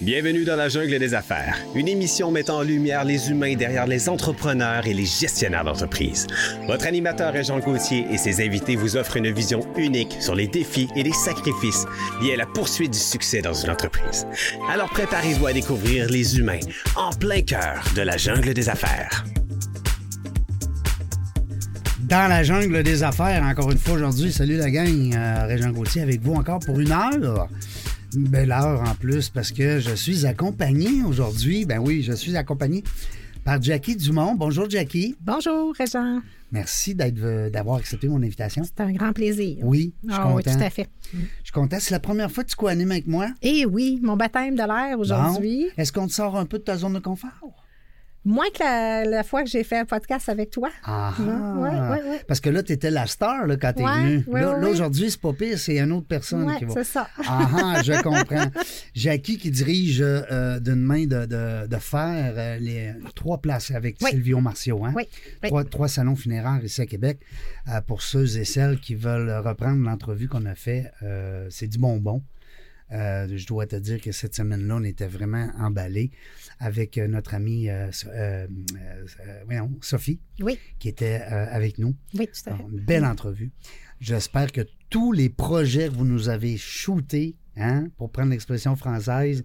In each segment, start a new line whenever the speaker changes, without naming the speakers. Bienvenue dans la jungle des affaires, une émission mettant en lumière les humains derrière les entrepreneurs et les gestionnaires d'entreprise. Votre animateur est Jean Gauthier et ses invités vous offrent une vision unique sur les défis et les sacrifices liés à la poursuite du succès dans une entreprise. Alors préparez-vous à découvrir les humains en plein cœur de la jungle des affaires.
Dans la jungle des affaires, encore une fois aujourd'hui. Salut la gang, euh, Régent Gauthier avec vous encore pour une heure. Une belle heure en plus parce que je suis accompagné aujourd'hui. Ben oui, je suis accompagné par Jackie Dumont. Bonjour Jackie.
Bonjour, Régent.
Merci d'être euh, d'avoir accepté mon invitation.
C'est un grand plaisir.
Oui, je suis
Ah oui,
content.
tout à fait.
Je suis content. C'est la première fois que tu co-animes avec moi.
Et oui, mon baptême de l'air aujourd'hui.
Bon. Est-ce qu'on te sort un peu de ta zone de confort?
Moins que la, la fois que j'ai fait un podcast avec toi.
Ah!
Non, ouais, ouais, ouais.
Parce que là, tu étais la star là, quand tu es
Ouais,
venue.
ouais,
là,
ouais,
là,
ouais.
aujourd'hui, c'est pas pire, c'est une autre personne
Ouais,
qui va.
c'est ça.
Ah, ah, je comprends. Jackie qui dirige euh, euh, d'une main de, de- de fer euh, les trois places avec
Oui.
Silvio Marcio. Hein?
Oui, oui.
Trois, trois salons funéraires ici à Québec euh, pour ceux et celles qui veulent reprendre l'entrevue qu'on a fait. euh, c'est du bonbon. Euh, je dois te dire que cette semaine-là, on était vraiment emballés avec euh, notre amie euh, So- euh, euh, euh, voyons, Sophie
Oui,
qui était euh, avec nous.
oui, tout à fait.
Alors, une belle entrevue. J'espère que tous les projets que vous nous avez shootés, hein, pour prendre l'expression française,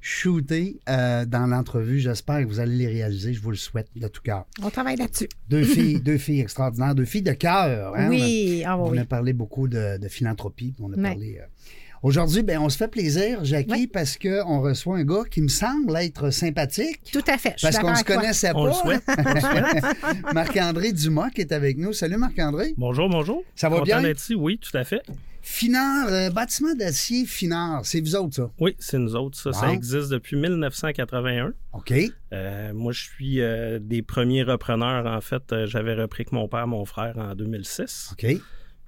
shootés euh, dans l'entrevue, j'espère que vous allez les réaliser. Je vous le souhaite de tout cœur.
On travaille là-dessus.
Deux filles, deux filles extraordinaires, deux filles de cœur. hein.
oui, ah
On a, on
oui.
a parlé beaucoup de, de philanthropie. On a
Ouais.
parlé. euh, Aujourd'hui, ben, on se fait plaisir, Jackie,
Ouais.
parce qu'on reçoit un gars qui me semble être sympathique.
Tout à fait. Je suis
Parce
d'accord
qu'on se
avec toi.
connaissait
On le
pas. hein.
souhaite.
Marc-André Dumas qui est avec nous. Salut Marc-André.
Bonjour, bonjour.
Ça va
Content
bien?
d'être ici, oui, tout à fait.
Finard, euh, bâtiment d'acier Finard, c'est vous autres, ça?
Oui, c'est nous autres. Ça,
Bon.
ça existe depuis 1981.
OK.
Euh, moi, je suis euh, des premiers repreneurs. En fait, Euh, j'avais repris que mon père, mon frère, en 2006.
OK.
Puis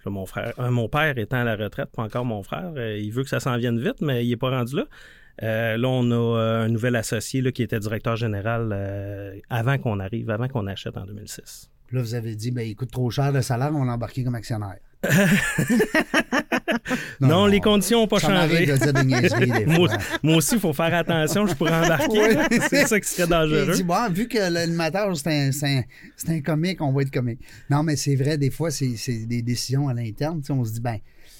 là, mon, frère, euh, mon père étant à la retraite, pas encore mon frère, euh, il veut que ça s'en vienne vite, mais il n'est pas rendu là. Euh, là, on a euh, un nouvel associé là, qui était directeur général euh, avant qu'on arrive, avant qu'on achète en 2006.
Là, vous avez dit, ben, il coûte trop cher le salaire, on l'a embarqué comme actionnaire.
Non, les conditions n'ont pas
Ça m'arrive
changé.
de dire des niaiseries, des
Moi,
fois.
moi aussi, il faut faire attention, je pourrais embarquer.
Oui.
C'est ça qui serait
Il
dangereux.
dit, bon, vu que l'animateur, c'est un, c'est un- c'est un comique, on va être comique. Non, mais c'est vrai, des fois, c'est c'est des décisions à l'interne. tu sais, On se dit, ben,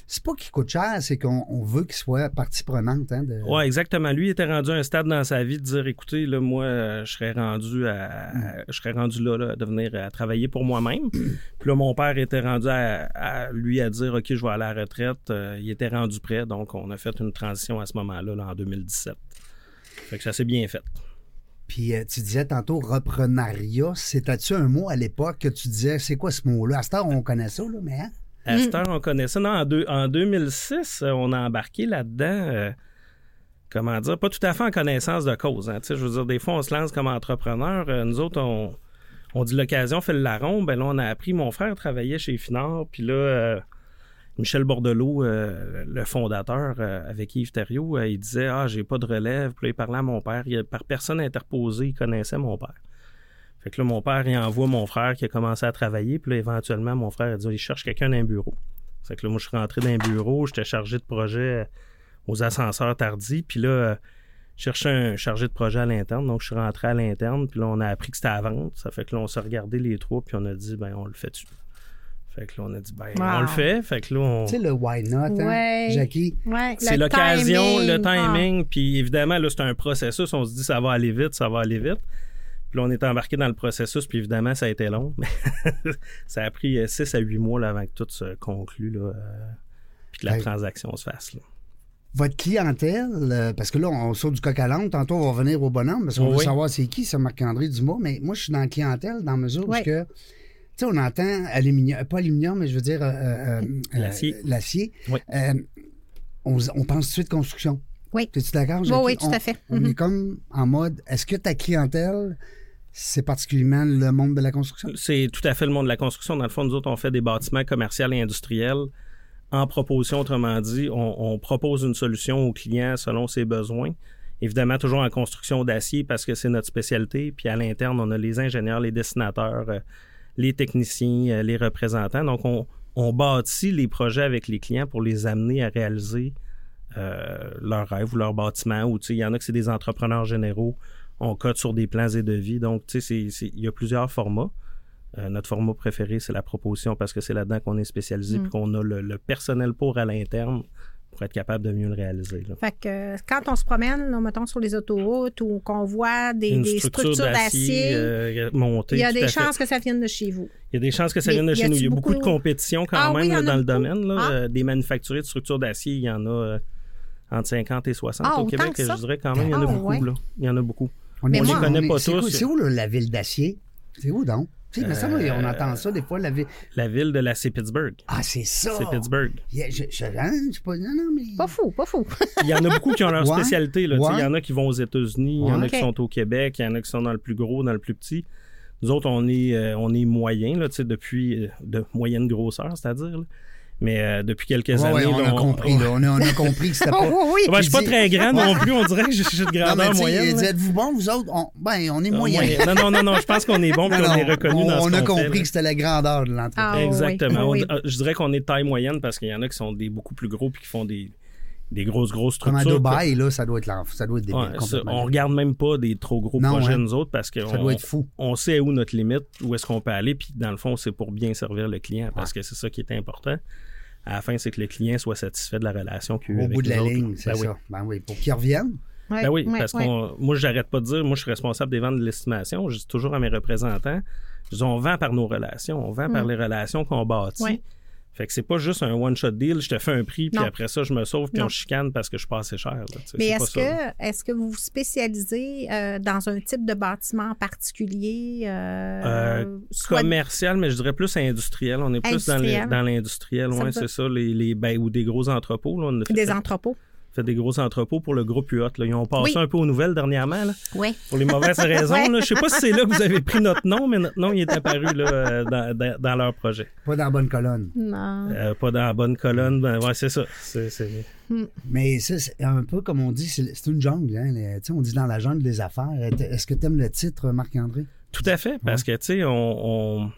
c'est pas qu'il coûte cher, c'est qu'on on veut qu'il soit partie prenante. Hein, de...
Oui, exactement. Lui il était rendu à un stade dans sa vie de dire écoutez, là, moi, euh, je serais rendu à, à- je serais rendu là, là, à devenir à travailler pour moi-même. Puis là, mon père était rendu à, à lui à dire OK, je vais aller à la retraite. Euh, il était rendu prêt, donc on a fait une transition à ce moment-là, là, en 2017. Fait que ça s'est bien fait.
Puis euh, tu disais tantôt reprenariat. C'était-tu un mot à l'époque que tu disais, c'est quoi ce mot-là? À cette heure, on connaît ça, là, mais hein?
À cette heure, on connaît ça. Non, en, deux- en 2006, euh, on a embarqué là-dedans. euh, comment dire, pas tout à fait en connaissance de cause. hein. Tu sais, Je veux dire, des fois, on se lance comme entrepreneur. euh, nous autres, on, on dit l'occasion, fait le larron. Ben là, on a appris, mon frère travaillait chez Finard. Puis là, euh, Michel Bordelot, euh, le fondateur, euh, avec Yves Thériault, euh, il disait Ah, j'ai pas de relève. Puis là, il parlait à mon père. Il- par personne interposée, il connaissait mon père. Fait que là, mon père, il envoie mon frère qui a commencé à travailler. Puis là, éventuellement, mon frère, il dit Il cherche quelqu'un d'un bureau. Fait que là, moi, je suis rentré d'un bureau. J'étais chargé de projet aux ascenseurs tardis. Puis là, euh, je cherchais un chargé de projet à l'interne. Donc, je suis rentré à l'interne. Puis là, on a appris que c'était à vendre. Ça fait que là, on s'est regardé les trois. Puis on a dit Ben, on le fait-tu Fait que là, on a dit Ben, on
Wow.
le fait. Fait que là, on.
Tu sais, le why not, hein?
Ouais.
Jackie?
Ouais,
C'est
le
l'occasion,
timing.
le
Ah.
timing. Puis évidemment, là, c'est un processus. On se dit, ça va aller vite, ça va aller vite. Puis là, on est embarqué dans le processus. Puis évidemment, ça a été long. Mais ça a pris 6 à 8 mois là, avant que tout se conclue. Là, euh, puis que la
Hey.
transaction se fasse. là.
Votre clientèle, euh, parce que là, on saute du coq à l'âne, tantôt on va revenir au bonhomme, parce qu'on
Oui.
veut savoir c'est qui, c'est Marc-André Dumas, mais moi, je suis dans la clientèle, dans la mesure où
Ouais.
que, tu sais, on entend aluminium, pas aluminium, mais je veux dire euh, euh, euh,
L'acier.
euh, l'acier.
Oui.
Euh, on, on pense tout de suite construction.
Oui.
T'es-tu d'accord? Jackie?
Oui, oui, tout
On-
à fait. Mhm.
On
Mhm.
est comme en mode, est-ce que ta clientèle, c'est particulièrement le monde de la construction?
C'est tout à fait le monde de la construction. Dans le fond, nous autres, on fait des bâtiments commerciaux et industriels en proposition. Autrement dit, on, on propose une solution au client selon ses besoins. Évidemment, toujours en construction d'acier parce que c'est notre spécialité. Puis à l'interne, on a les ingénieurs, les dessinateurs, euh, les techniciens, euh, les représentants. Donc, on, on bâtit les projets avec les clients pour les amener à réaliser euh, leur rêve ou leur bâtiment. Ou il y en a que c'est des entrepreneurs généraux. On cote sur des plans et devis. Donc, tu sais, il y a plusieurs formats. Euh, notre format préféré, c'est la proposition parce que c'est là-dedans qu'on est spécialisé et
Mm.
puis qu'on a le, le personnel pour à l'interne pour être capable de mieux le réaliser. là.
Fait que euh, quand on se promène, là, mettons, sur les autoroutes ou qu'on voit des,
Une
des
structure
structures
d'acier
d'acier,
euh, montée.
il y a
tout à
des
fait.
chances que ça vienne de chez vous.
Il y a des chances que ça
Mais
vienne de
y
chez nous. Il y a
a-t-il
beaucoup de
beaucoup-
compétition quand
Ah oui,
même
y
là,
en a
dans le
beaucoup?
domaine. là.
Ah.
Euh, des manufacturiers de structures d'acier, il y en a euh, entre 50 et 60
Ah,
au
autant
Québec.
que ça?
Je dirais quand même, il y en a
Ah,
beaucoup.
ouais.
là. Il y en a beaucoup.
On,
Mais moi,
on
connaît pas
c'est
tous.
où- C'est où, là, la ville d'acier? C'est où donc? Tu sais, mais ça, moi,
Euh,
on entend ça des fois, la ville.
La ville de la c'est Pittsburgh.
Ah, c'est ça!
Oh.
C'est Pittsburgh.
Yeah, je, je, hein, je sais pas. Non, non, mais.
Pas fou, pas fou.
Il y en a beaucoup qui ont leur
Ouais.
spécialité. là. Tu sais, Il y en a qui vont aux États-Unis, il y en a
Ouais.
qui
Ok.
sont au Québec, il y en a qui sont dans le plus gros, dans le plus petit. Nous autres, on est, euh, on est moyen, là, tu sais, depuis euh, de moyenne grosseur, c'est-à-dire. là. Mais euh, depuis quelques
Ouais,
années.
ouais, on
là,
a compris, là. On a, on a compris que c'était
Oh,
pas.
oui, oui.
Ouais, je suis pas
Puis
très grand non plus, on dirait que je suis de
Non, mais
grandeur
tu sais,
moyenne.
il
là.
dit, êtes-vous bon, vous autres? On- Ben, on est
Euh,
moyen.
moyen. Non, non, non, non, je pense qu'on est bon puis
Non,
qu'on
non,
est reconnu
on,
dans ce
on a
qu'on
compris
fait, là.
que c'était la grandeur de l'entreprise.
Ah, oui.
Exactement.
Oui.
On- euh, je dirais qu'on est de taille moyenne parce qu'il y en a qui sont des beaucoup plus gros puis qui font des, des grosses, grosses
Comme
structures.
à Dubaï, là, ça doit être l'enf- Ça doit être débile,
Ouais, ça,
complètement.
on regarde même pas des trop gros
Non,
projets
hein.
nous autres parce
ça
qu'on
doit être fou.
on sait où notre limite, où est-ce qu'on peut aller, puis dans le fond, c'est pour bien servir le client parce que c'est ça qui est important. À la fin, c'est que le client soit satisfait de la relation qu'il a eu
Au
avec
bout de
nous
la
autres.
ligne, c'est
Ben oui.
ça. Ben oui, pour qu'ils reviennent.
Ouais,
Ben oui,
ouais,
parce
ouais.
qu'on, moi, j'arrête pas de dire, moi, je suis responsable des ventes de l'estimation. Je dis toujours à mes représentants, je dis, on vend par nos relations, on vend par les relations qu'on bâtit.
Mm. Ouais.
Fait que c'est pas juste un one-shot deal, je te fais un prix, puis
Non.
après ça, je me sauve, puis
Non.
on chicane parce que je suis pas assez cher. là, tu sais,
Mais
c'est pas
est-ce
ça, là.
que, est-ce que vous vous spécialisez euh, dans un type de bâtiment en particulier? euh,
Euh,
soit-
Commercial, mais je dirais plus industriel. On est plus dans les-
Industriel.
dans l'industriel,
Ça
ouais,
veut-
c'est ça, les, les- ben, ou des gros entrepôts. là. on a fait,
Des entrepôts.
fait des gros entrepôts pour le groupe UOT. Là. Ils ont passé
Oui.
un peu aux nouvelles dernièrement. là.
Oui.
pour les mauvaises raisons.
Ouais.
là. Je sais pas si c'est là que vous avez pris notre nom, mais notre nom il est apparu là, euh, dans, dans- dans leur projet.
Pas dans la bonne colonne.
Non.
Euh, pas dans la bonne colonne. ben, ouais, c'est ça. C'est- c'est-
Mais ça, c'est un peu comme on dit, c'est c'est une jungle. Hein, les- tu sais, on dit dans la jungle des affaires. Est-ce que tu aimes le titre, Marc-André?
Mm.
Tout à fait, parce que, tu sais, on, on-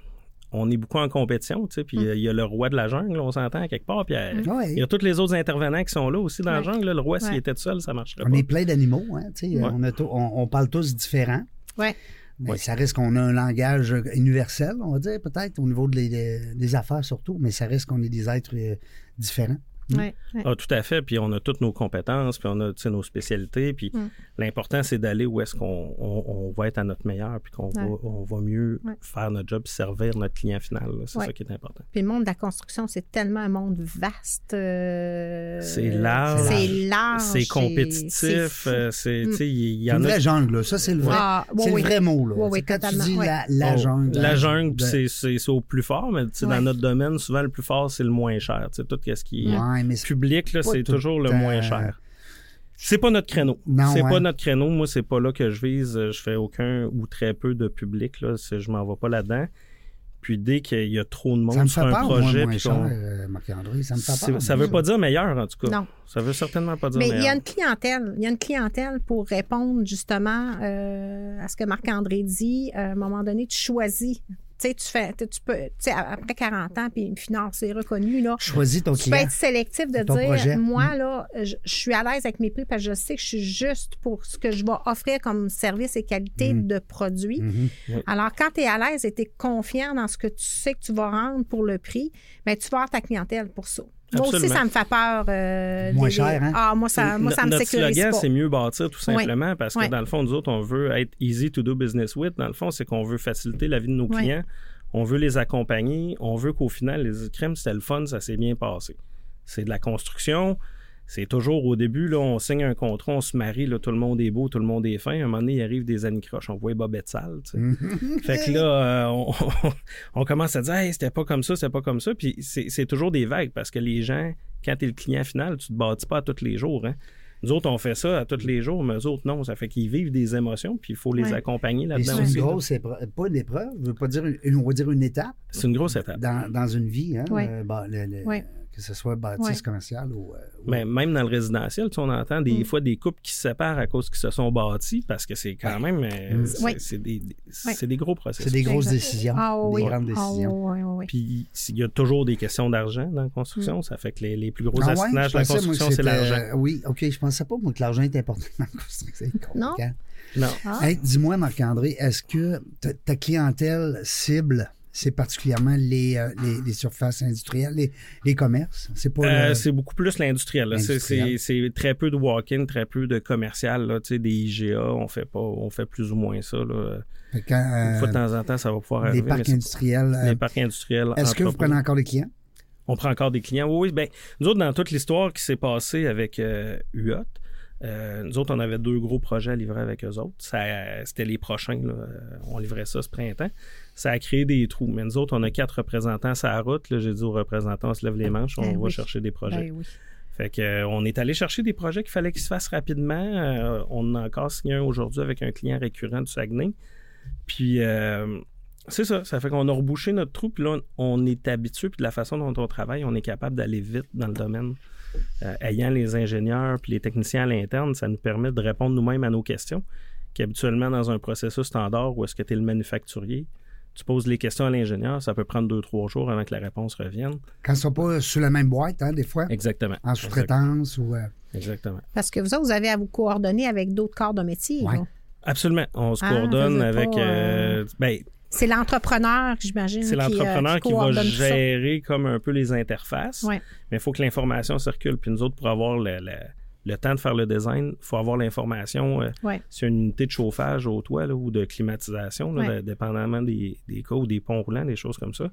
on est beaucoup en compétition, tu sais,
Mm.
puis euh, il y a le roi de la jungle, on s'entend quelque part, puis euh, il y
Oui.
a tous les autres intervenants qui sont là aussi dans la
Ouais.
jungle. là. Le roi, s'il
Ouais.
était tout seul, ça marcherait
On
pas.
est plein d'animaux. Hein, tu sais,
Ouais.
on, a tous- on- on parle tous différents.
Ouais.
Mais
Ouais.
ça reste qu'on a un langage universel, on va dire, peut-être, au niveau de les- des, des affaires surtout, mais ça reste qu'on est des êtres euh, différents.
Ouais, ouais.
Ah, tout à fait. Puis on a toutes nos compétences, puis on a tu sais, nos spécialités. Puis
Mm.
l'important, c'est d'aller où est-ce qu'on on- on va être à notre meilleur, puis qu'on va,
Ouais.
on va mieux
Ouais.
faire notre job, puis servir notre client final. là. C'est
Ouais.
ça qui est important.
Puis le monde de la construction, c'est tellement un monde vaste. euh,
C'est large.
Ah, C'est large.
c'est
et- c'est
compétitif.
fou.
euh, C'est,
Mm.
tu sais, il y
C'est
en
une
a
vraie jungle, là. ça c'est le vrai,
Ah, oui,
c'est
oui.
le vrai mot. Là.
Oui, oui,
C'est quand tu
totalement,
dis
ouais.
la, la
Oh,
jungle.
La
hein,
jungle, puis
ben,
c'est- c'est c'est au plus fort, mais tu sais,
Ouais.
dans notre domaine, souvent, le plus fort, c'est le moins cher. Tu sais, tout ce qui est
Ouais, mais c'est-
public, là,
Pas
c'est
tout
toujours le
le temps.
moins cher. C'est pas notre créneau.
Non,
C'est
ouais.
pas notre créneau. Moi, c'est pas là que je vise. Euh, Je fais aucun ou très peu de public. Là. C'est- Je m'en vais pas là-dedans. Puis dès qu'il y a trop de monde
ça me fait
sur un
peur, moi,
projet,
moins
puis
cher,
qu'on-
euh, Marc-André, ça me fait
C'est-
peur.
ça veut pas dire meilleur, en tout cas.
Non.
Ça veut certainement pas dire
Mais
meilleur.
il y a une clientèle. Il y a une clientèle pour répondre justement euh, à ce que Marc-André dit. euh, À un moment donné, tu choisis. Tu sais, tu fais, tu tu peux, tu sais, après 40 ans, puis finalement, c'est reconnu, là.
Choisis ton
Tu peux
client.
être sélectif de
C'est ton
dire,
projet. Mm.
moi, là, je, je suis à l'aise avec mes prix parce que je sais que je suis juste pour ce que je vais offrir comme service et qualité
Mhm.
de produit.
Mhm.
Alors, quand tu es à l'aise et tu es confiant dans ce que tu sais que tu vas rendre pour le prix, ben, tu vas avoir ta clientèle pour ça. Moi aussi,
Absolument.
ça me fait peur. euh,
Moins
les-
cher, hein?
Ah, moi, ça, moi, ça me
notre
sécurise
slogan,
pas.
c'est mieux bâtir, tout
Ouais.
simplement, parce que
Ouais.
dans le fond, nous autres, on veut être easy to do business with. Dans le fond, c'est qu'on veut faciliter la vie de nos
Ouais.
clients. On veut les accompagner. On veut qu'au final, les crèmes, c'était le fun, ça s'est bien passé. C'est de la construction. C'est toujours au début, là, on signe un contrat, on se marie, là, tout le monde est beau, tout le monde est fin. À un moment donné, il arrive des années croches. On voit Bobette sale. tu sais. Fait que là, euh, on, on commence à dire, hey, c'était pas comme ça, c'était pas comme ça. Puis c'est c'est toujours des vagues parce que les gens, quand t'es le client final, tu te bâtis pas à tous les jours. Hein. Nous autres, on fait ça à tous les jours, mais eux autres, non. Ça fait qu'ils vivent des émotions, puis il faut les
Ouais.
accompagner
Mais
là-dedans
C'est une
aussi. là.
grosse épreuve, pas une épreuve, je veux pas dire une, on va dire une étape
C'est une grosse étape.
dans, dans une vie. Hein,
Ouais.
euh, bah, le- le-
Ouais.
que ce soit bâtisse
Ouais.
commerciale ou. euh, ou-
Mais même dans le résidentiel, tu sais, on entend des
Mm.
fois des couples qui se séparent à cause qu'ils se sont bâtis parce que c'est quand même. euh,
Mm.
c'est-
Oui.
C'est des, des-
Oui.
c'est des gros processus.
c'est des grosses
Exact.
décisions,
Ah
des
oui.
grandes
Ah
décisions.
oui, oui, oui.
Puis il y a toujours des questions d'argent dans la
Mm.
construction. Ça fait que les, les plus gros
Ah ouais,
assinages
je
de la
pensais, moi,
construction, c'est
c'était- euh,
l'argent.
Oui, OK, je pensais pas, moi, que l'argent était important dans la construction. C'est
Non.
compliqué.
Non.
Ah.
Hey, dis-moi, Marc-André, est-ce que ta, ta clientèle cible, c'est particulièrement les, euh, les, les surfaces industrielles, les, les commerces? C'est pas
Euh,
le-
c'est beaucoup plus l'industriel. là. C'est- C'est
L'industriel.
c'est très peu de walk-in, très peu de commercial. Là. Tu sais, Des IGA, on fait pas, on fait plus ou moins ça. Là.
Fait que quand,
Une
euh,
fois de temps en temps, ça va pouvoir
les
arriver. mais
parcs
c'est-
industriels. euh,
les parcs industriels.
est-ce que vous
entreprises.
prenez encore les clients?
On prend encore des clients. Oui, oui. Ben, nous autres, dans toute l'histoire qui s'est passée avec euh, UOT, euh, nous autres, on avait deux gros projets à livrer avec eux autres. Ça, euh, C'était les prochains. là. Euh, On livrait ça ce printemps. Ça a créé des trous. Mais nous autres, on a quatre représentants sur la route. là. J'ai dit aux représentants, on se
Ah,
lève les manches, on
Eh
va
oui.
chercher des projets.
Ben oui.
Fait que, euh, on est allé chercher des projets qu'il fallait qu'ils se fassent rapidement. Euh, on en a encore signé un aujourd'hui avec un client récurrent du Saguenay. Puis, euh, c'est ça. Ça fait qu'on a rebouché notre trou. Puis là, on, on est habitué. Puis de la façon dont on travaille, on est capable d'aller vite dans le domaine. Euh, ayant les ingénieurs puis les techniciens à l'interne, ça nous permet de répondre nous-mêmes à nos questions. Qu'habituellement, dans un processus standard où est-ce que tu es le manufacturier, tu poses les questions à l'ingénieur, ça peut prendre deux, trois jours avant que la réponse revienne.
Quand ils sont pas sur la même boîte, hein, des fois,
Exactement.
en sous-traitance ou. euh,
Exactement.
Parce que vous autres, vous avez à vous coordonner avec d'autres corps de métier.
Ouais.
là.
Absolument. On se
Ah,
coordonne
faisait pas,
avec. euh, ben,
C'est l'entrepreneur, j'imagine.
c'est
qui, euh,
l'entrepreneur qui, va
coordonne tout ça.
gérer comme un peu les interfaces.
Ouais.
Mais il faut que l'information circule. Puis nous autres, pour avoir le, le- le temps de faire le design, il faut avoir l'information. euh,
Ouais.
si une unité de chauffage au toit là, ou de climatisation, là,
Ouais.
dépendamment des, des cas ou des ponts roulants, des choses comme ça,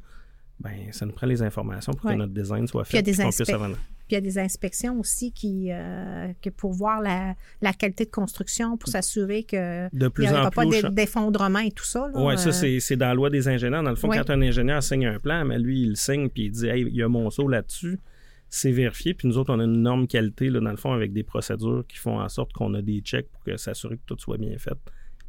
ben, ça nous prend les informations pour
Ouais.
que notre design soit
Puis il y
fait.
a des
puis qu'on puisse
aspects.
avancer.
Puis il y a des inspections aussi qui, euh, que pour voir la, la qualité de construction, pour s'assurer que
De
il
plus
n'y aura
en
pas
plus. au
d'é-
cha-
d'effondrement et tout ça. là.
Oui,
Euh,
ça, c'est c'est dans la loi des ingénieurs. Dans le fond,
Ouais.
quand un ingénieur signe un plan, mais lui, il le signe puis il dit Hey, il y a mon saut là-dessus. C'est vérifié. Puis nous autres, on a une norme qualité, là, dans le fond, avec des procédures qui font en sorte qu'on a des checks pour que s'assurer que tout soit bien fait,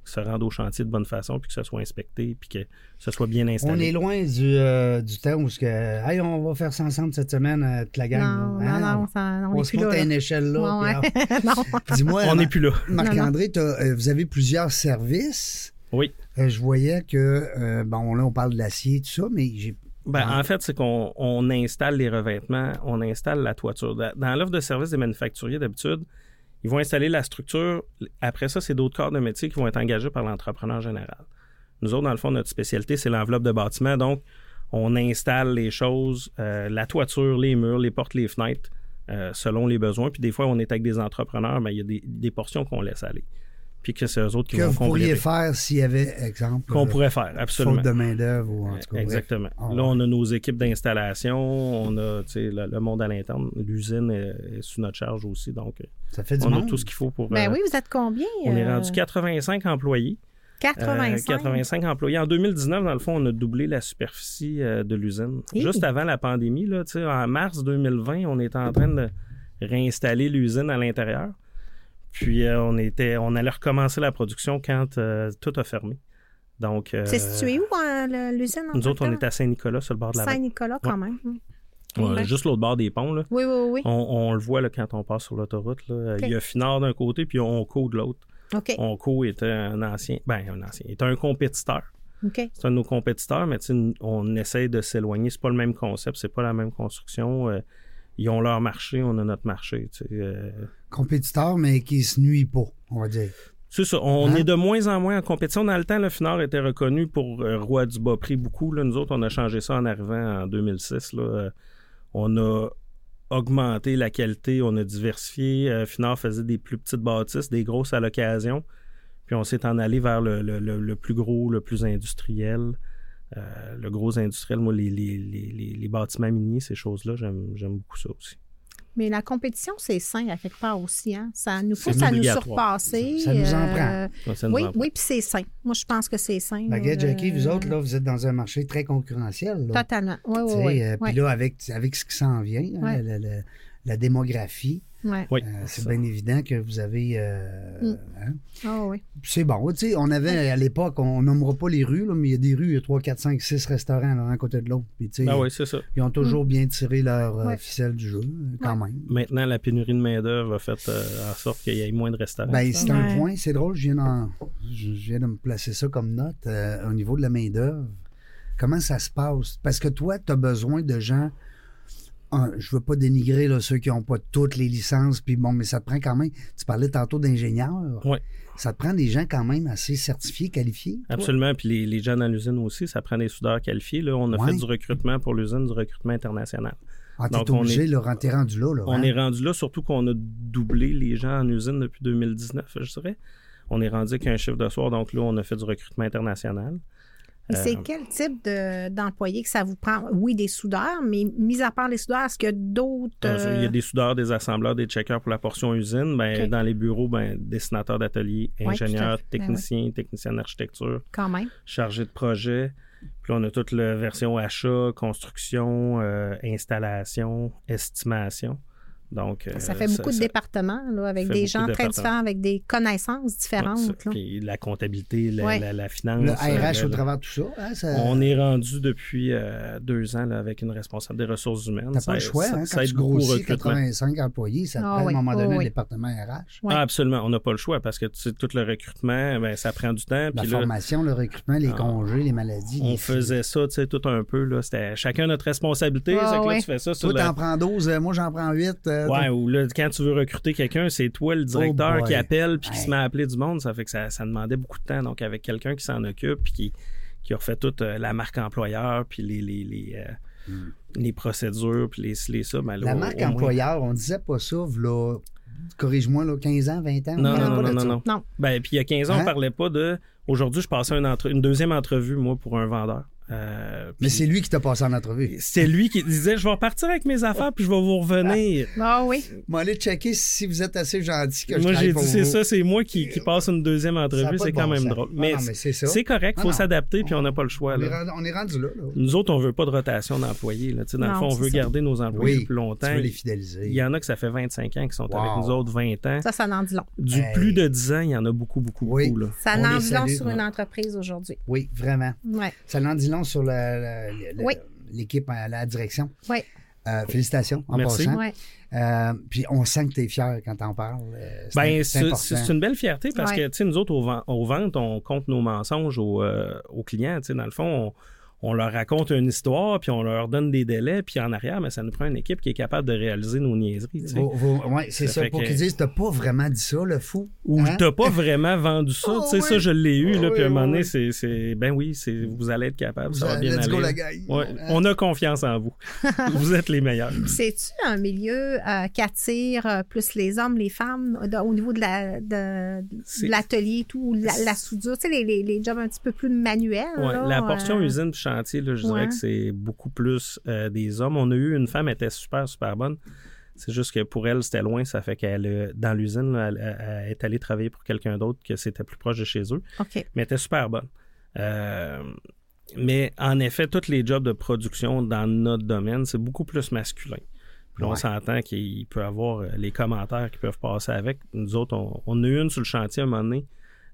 que se rende au chantier de bonne façon, puis que ça soit inspecté, puis que ce soit bien installé.
On est loin du, euh, du temps où ce que, hey, on va faire ça ensemble cette semaine, euh, toute la gang.
Non,
là, hein,
non, non, ça-
on,
on n'est
se
plus
monte
là.
à
là.
une échelle là.
Ouais,
puis,
ouais. non.
ah, Dis-moi,
On n'est plus là.
Marc-André, t'as- euh, vous avez plusieurs services.
Oui.
Euh, je voyais que, euh, bon, là, on parle de l'acier et tout ça, mais j'ai.
Ben,
Ah.
En fait, c'est qu'on on installe les revêtements, on installe la toiture. Dans dans l'offre de service des manufacturiers, d'habitude, ils vont installer la structure. Après ça, c'est d'autres corps de métier qui vont être engagés par l'entrepreneur général. Nous autres, dans le fond, notre spécialité, c'est l'enveloppe de bâtiment. Donc, on installe les choses, euh, la toiture, les murs, les portes, les fenêtres, euh, selon les besoins. Puis des fois, on est avec des entrepreneurs, mais il y a des, des portions qu'on laisse aller. Puis que c'est eux autres qui
que
vont
vous pourriez
compléter.
faire s'il y avait, exemple,
Qu'on
euh,
pourrait faire, absolument.
faute de main-d'œuvre ou en tout cas. bref.
Exactement.
Ah ouais.
Là, on a nos équipes d'installation, on a tu sais, le, le monde à l'interne, l'usine est, est sous notre charge aussi, donc euh,
Ça fait du
on
monde.
a tout ce qu'il faut pour.
Ben
euh,
oui, vous êtes combien?
On est
euh,
rendu 85 employés. Euh,
85.
85 employés. En 2019, dans le fond, on a doublé la superficie euh, de l'usine.
Hi.
Juste avant la pandémie, là, tu sais, en mars 2020, on était en train de réinstaller l'usine à l'intérieur. Puis euh, on était, on allait recommencer la production quand euh, tout a fermé. Donc, euh,
C'est situé où, hein, le- l'usine? en
Nous autres,
tant
on
que
est à Saint-Nicolas, sur le bord de
telle?
la
Saint-Nicolas, quand même.
Ouais,
Ben.
Juste l'autre bord des ponts, là.
Oui, oui, oui.
On, on le voit là, quand on passe sur l'autoroute. là.
Ok.
Il y a Finard d'un côté, puis Onco de l'autre.
OK,
Onco était un ancien, ben un ancien, était un compétiteur.
OK.
C'est un de nos compétiteurs, mais tu sais, on essaie de s'éloigner. C'est pas le même concept, c'est pas la même construction. Euh, ils ont leur marché, on a notre marché. tu sais, euh.
Compétiteur, mais qui se nuit pas, on va dire.
C'est ça. On
Hein?
est de moins en moins en compétition. Dans le temps, le Finard était reconnu pour euh, roi du bas prix beaucoup. Là, nous autres, on a changé ça en arrivant en 2006. là. Euh, on a augmenté la qualité, on a diversifié. Euh, Finard faisait des plus petites bâtisses, des grosses à l'occasion. Puis on s'est en allé vers le, le- le- le plus gros, le plus industriel. Euh, le gros industriel, moi, les, les- les- les- les bâtiments miniers, ces choses-là, j'aime j'aime beaucoup ça aussi.
Mais la compétition, c'est sain à quelque part aussi. Hein? Ça nous
C'est
pousse à nous
obligatoire.
surpasser.
Ça-
euh,
ça nous en prend.
Donc, ça nous
Oui,
en prend.
oui, puis c'est sain. Moi, je pense que c'est sain.
Ben, regarde,
là,
Jackie, vous
euh,
autres, là, vous êtes dans un marché très concurrentiel. là.
Totalement. Oui,
Tu
oui,
sais,
oui.
euh, Puis
Ouais.
là, avec, avec ce qui s'en vient, hein,
Ouais.
le, le- la démographie.
Ouais.
Oui.
Euh, c'est
Ça.
bien évident que vous avez. euh,
Mm.
hein.
Ah oui.
C'est bon. Tu sais, on avait à l'époque, on nommera pas les rues, là, mais il y a des rues, il y a 3, 4, 5, 6 restaurants l'un à côté de l'autre. Puis, tu sais,
Ah oui, c'est ça.
Ils ont toujours bien tiré leur euh,
Mm. Ouais.
ficelle du jeu, euh, quand même.
Maintenant, la pénurie de main-d'œuvre a fait euh, en sorte qu'il y ait moins de restaurants.
Ben, c'est un
Ouais.
point, c'est drôle, je viens, d'en- je je viens de me placer ça comme note euh, au niveau de la main-d'œuvre. Comment ça se passe? Parce que toi, tu as besoin de gens. un, je veux pas dénigrer là, ceux qui n'ont pas toutes les licences, puis bon, mais ça te prend quand même. Tu parlais tantôt d'ingénieurs.
Ouais.
Ça te prend des gens quand même assez certifiés, qualifiés.
Absolument. Puis les, les gens dans l'usine aussi, ça prend des soudeurs qualifiés. Là, on a
Ouais.
fait du recrutement pour l'usine, du recrutement international.
Ah, t'es
Donc, on
obligé,
est-
là, rendu- t'es rendu là. là
On
hein?
est rendu là, surtout qu'on a doublé les gens en usine depuis 2019, je dirais. On est rendu qu'un chiffre de soir. Donc là, on a fait du recrutement international.
Mais
Euh,
c'est quel type de- d'employé que ça vous prend? Oui, des soudeurs, mais mis à part les soudeurs, est-ce qu'il y a d'autres.
Euh, Il y
euh,
a des soudeurs, des assembleurs, des checkers pour la portion usine. Ben,
OK.
Dans les bureaux, ben, dessinateurs d'atelier,
tout à
ingénieurs,
fait. Ben
techniciens, techniciens d'architecture,
Quand même.
chargés de projet. Puis là, on a toute la version achat, construction, euh, installation, estimation. Donc, euh,
Ça fait beaucoup de
ça-
départements, là, avec
fait
des
beaucoup
gens
de
très
départements.
différents, avec des connaissances
Ouais, ça-
différentes. là.
Puis la comptabilité, la,
Ouais.
la- la finance.
Le
euh,
RH
le-
au travers de tout ça. hein, ça-
On est rendu depuis euh, deux ans là, avec une responsable des ressources humaines.
T'as
Ça-
pas le choix,
ça-
hein,
ça
quand
aide
tu
beaucoup au
grossis
recrutement.
85 employés, ça te
Ah
prend à un
oui,
moment
oh
donné le
oui.
département RH.
Ouais.
Ah, absolument, on n'a pas le choix parce que tu sais, tout le recrutement, ben, ça prend du temps.
La
Puis là,
formation, le recrutement, les
Ah.
congés, les maladies.
on
les-
faisait ça, tu sais, tout un peu. Là, c'était chacun notre responsabilité.
Ah,
c'est que là,
ouais.
tu fais ça sur
Toi,
la-
t'en prends 12, euh, moi, j'en prends 8.
Ouais, ou là, quand tu veux recruter quelqu'un, c'est toi le directeur
Oh boy.
qui appelle puis qui
Hey.
se met à appeler du monde. Ça fait que ça, ça demandait beaucoup de temps. Donc, avec quelqu'un qui s'en occupe puis qui, qui refait toute euh, la marque employeur puis les, les, les, euh, les procédures puis les, les ça, ben là,
La
au-
marque
au moins-
employeur, on disait pas ça, v'là, corrige-moi, là, 15 ans, 20 ans. on
Non,
parlait
non,
pas
non,
de
non, non,
ça.
non.
Non.
Ben, puis il y a 15 ans,
Hein?
on parlait pas de. Aujourd'hui, je passais une, entre- une deuxième entrevue, moi, pour un vendeur. Euh,
Mais
puis
c'est lui qui t'a passé en entrevue.
c'est lui qui disait Je vais repartir avec mes affaires, puis je vais vous revenir.
Ah oui.
Moi, allez checker si vous êtes assez gentil que je
euh, moi,
travaille
j'ai
pour
dit C'est
vous.
ça, c'est moi qui, qui passe une deuxième
Ça a pas
entrevue,
de
c'est
bon
quand même
sens.
drôle.
Non, non, mais c'est ça.
c'est correct,
Non,
faut
non.
s'adapter, puis on n'a pas le choix.
On est
là.
rendu- on est rendu là. là.
Nous autres, on veut pas de rotation d'employés. là. Tu sais, Dans le
Non,
fond, on
c'est
veut
ça.
garder nos employés le plus longtemps.
tu veux les
Il
fidéliser.
y en a que ça fait 25 ans qui sont
Wow.
avec nous autres, 20 ans.
Ça, ça en dit long.
Du
Hey.
plus de 10 ans, il y en a beaucoup, beaucoup,
Oui.
beaucoup. Là.
Ça
On
en
les
dit long
salue,
sur
ouais.
une entreprise aujourd'hui.
Oui, vraiment.
Oui.
Ça l'en dit long sur la- la- la-
Oui.
l'équipe à la direction.
Oui.
Euh, félicitations en
Merci.
passant.
Ouais.
Euh, puis on sent que tu es fier quand t'en parles. euh, c'est
Ben,
im- c'est
c'est- c'est
important.
une belle fierté parce
Ouais.
que, tu sais, nous autres, aux ven- aux ventes, on compte nos mensonges aux, euh, aux clients. Tu sais, dans le fond, on, on leur raconte une histoire, puis on leur donne des délais, puis en arrière, mais ça nous prend une équipe qui est capable de réaliser nos niaiseries. tu sais.
Vos- vos- ouais, c'est
Ça
ça.
fait
Pour
que-
qu'ils disent, t'as pas vraiment dit ça, le fou.
Ou
Hein?
t'as pas vraiment vendu ça.
Oh
tu sais, ça,
oui.
je l'ai eu,
Oh
là, puis à un
oui,
moment
oh
donné,
oui.
c'est, c'est- ben oui, c'est, vous allez être capable, ça va
Euh,
bien
Let's
aller.
go, la gang.
Ouais,
Euh,
on a confiance en vous. vous êtes les meilleurs.
C'est-tu un milieu euh, qui attire euh, plus les hommes, les femmes, de- au niveau de la- de-
C'est-
de l'atelier et tout, ou la, la soudure, tu sais, les, les- les jobs un petit peu plus manuels?
Ouais,
là,
la portion
euh,
usine puis chantier, là, je
ouais.
dirais que c'est beaucoup plus euh, des hommes. On a eu une femme, elle était super, super bonne. C'est juste que pour elle, c'était loin. Ça fait qu'elle, euh, dans l'usine, là, elle, elle est allée travailler pour quelqu'un d'autre que c'était plus proche de chez eux.
OK.
Mais elle était super bonne. Euh, mais en effet, tous les jobs de production dans notre domaine, c'est beaucoup plus masculin. Puis là, on
Ouais.
s'entend qu'il peut y avoir euh, les commentaires qui peuvent passer avec. Nous autres, on, on a eu une sur le chantier à un moment donné,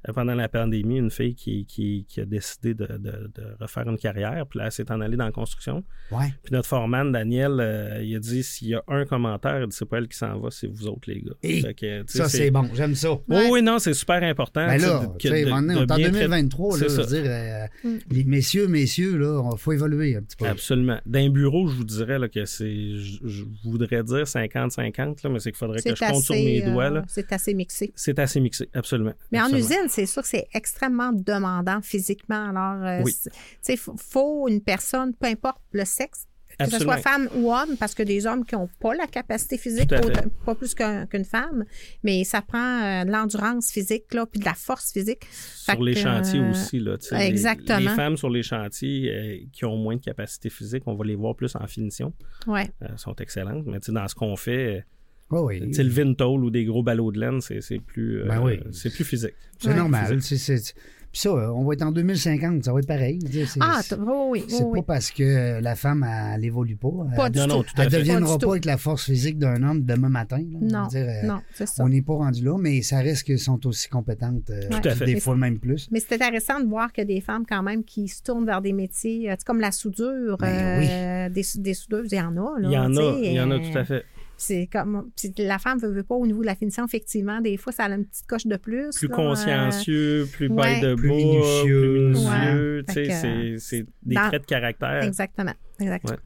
euh, pendant la pandémie, une fille qui, qui- qui a décidé de, de- de refaire une carrière. Puis là, elle s'est en allée dans la construction.
Ouais.
Puis notre foreman, Daniel, euh, il a dit s'il y a un commentaire, il dit, c'est pas elle qui s'en va, c'est vous autres, les gars.
Et
Fait que, tu sais,
Ça, c'est bon. J'aime ça.
Oui, oui, non, c'est super important.
Ben
tu sais,
là,
de-
tu sais,
de-
à un moment donné,
de
on est en
bien traiter-
2023, là,
C'est
je veux
ça.
dire, euh,
Mm.
les messieurs, messieurs, là, faut évoluer un petit peu.
Absolument. D'un bureau, je vous dirais là, que c'est. Je, je voudrais dire 50-50, là, mais c'est qu'il faudrait que je
C'est
compte sur mes
assez, euh,
doigts. là.
c'est assez mixé.
C'est assez mixé, absolument.
Mais en
Absolument.
usine, c'est sûr que c'est extrêmement demandant physiquement. Alors, euh,
Oui.
c'est- tu sais, faut, faut une personne, peu importe le sexe,
absolument.
que ce soit femme ou homme, parce que des hommes qui n'ont pas la capacité physique,
Tout à fait.
autant- pas plus qu'un- qu'une femme, mais ça prend euh, de l'endurance physique, là, puis de la force physique. Fait
sur les
que,
chantiers
euh,
aussi. Là, tu sais, les-
exactement.
Les, femmes sur les chantiers euh, qui ont moins de capacité physique, on va les voir plus en finition.
Ouais.
euh, sont excellentes. Mais tu sais, dans ce qu'on fait,
Ouais,
euh,
Ah oui.
tu sais, le vintole ou des gros ballots de laine, c'est c'est plus, euh,
Ben oui.
c'est plus physique.
C'est
Ouais.
normal. c'est- c'est- Puis ça, euh, on va être en 2050, ça va être pareil. Je veux dire, c'est-
Ah, t-
c'est-
oui, oui, oui,
c'est
oui.
pas parce que la femme, elle n'évolue pas.
Pas
elle
du
Non, non,
tout.
tout à
ne
fait.
Pas
deviendra
du
pas
tout.
avec la force physique d'un homme demain matin. là. Je veux
Non,
dire, euh,
non, c'est ça.
On n'est pas rendu là, mais ça reste qu'elles sont aussi compétentes, euh,
Tout
à fait.
des fois même plus.
Mais c'est intéressant de voir que des femmes, quand même, qui se tournent vers des métiers, euh, tu sais, comme la soudure,
Ben oui.
euh, des, sou- des soudeuses, il y en a. Là,
Il y en
tu
a,
sais,
il y en a
euh,
tout à fait.
C'est comme c'est- la femme veut, veut pas au niveau de la finition, effectivement, des fois, ça a une petite coche de plus.
Plus
là,
consciencieux, plus
euh, ouais.
by the
Plus
book,
minutieux.
plus minutieux.
Ouais.
tu
Fait
sais,
que,
c'est- C'est des
dans-
traits de
euh,
caractère.
exactement. Exactement.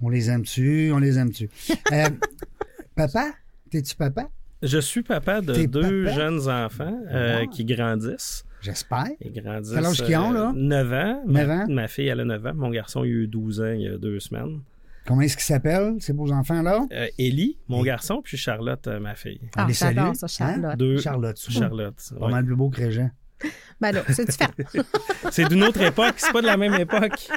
On les aime dessus, on les aime dessus. papa, t'es-tu papa?
Je suis papa de
T'es
deux
papa?
jeunes enfants euh,
Ah.
qui grandissent.
J'espère.
Ils grandissent.
Quel âge qu'ils ont, là?
9 ans.
Neuf
ma,
ans?
ma fille, elle a 9 ans. Mon garçon, il a eu 12 ans il y a deux semaines.
Comment est-ce qu'ils s'appellent, ces beaux enfants-là?
Euh, Ellie, mon garçon, puis Charlotte, euh, ma fille.
On
Ah,
les
j'adore
salue. hein?
ça, Charlotte.
Deux
Charlotte, souvent.
Charlotte.
Pas
ouais.
mal plus beau que Régent.
Ben là, c'est différent.
C'est d'une autre époque, c'est pas de la même époque.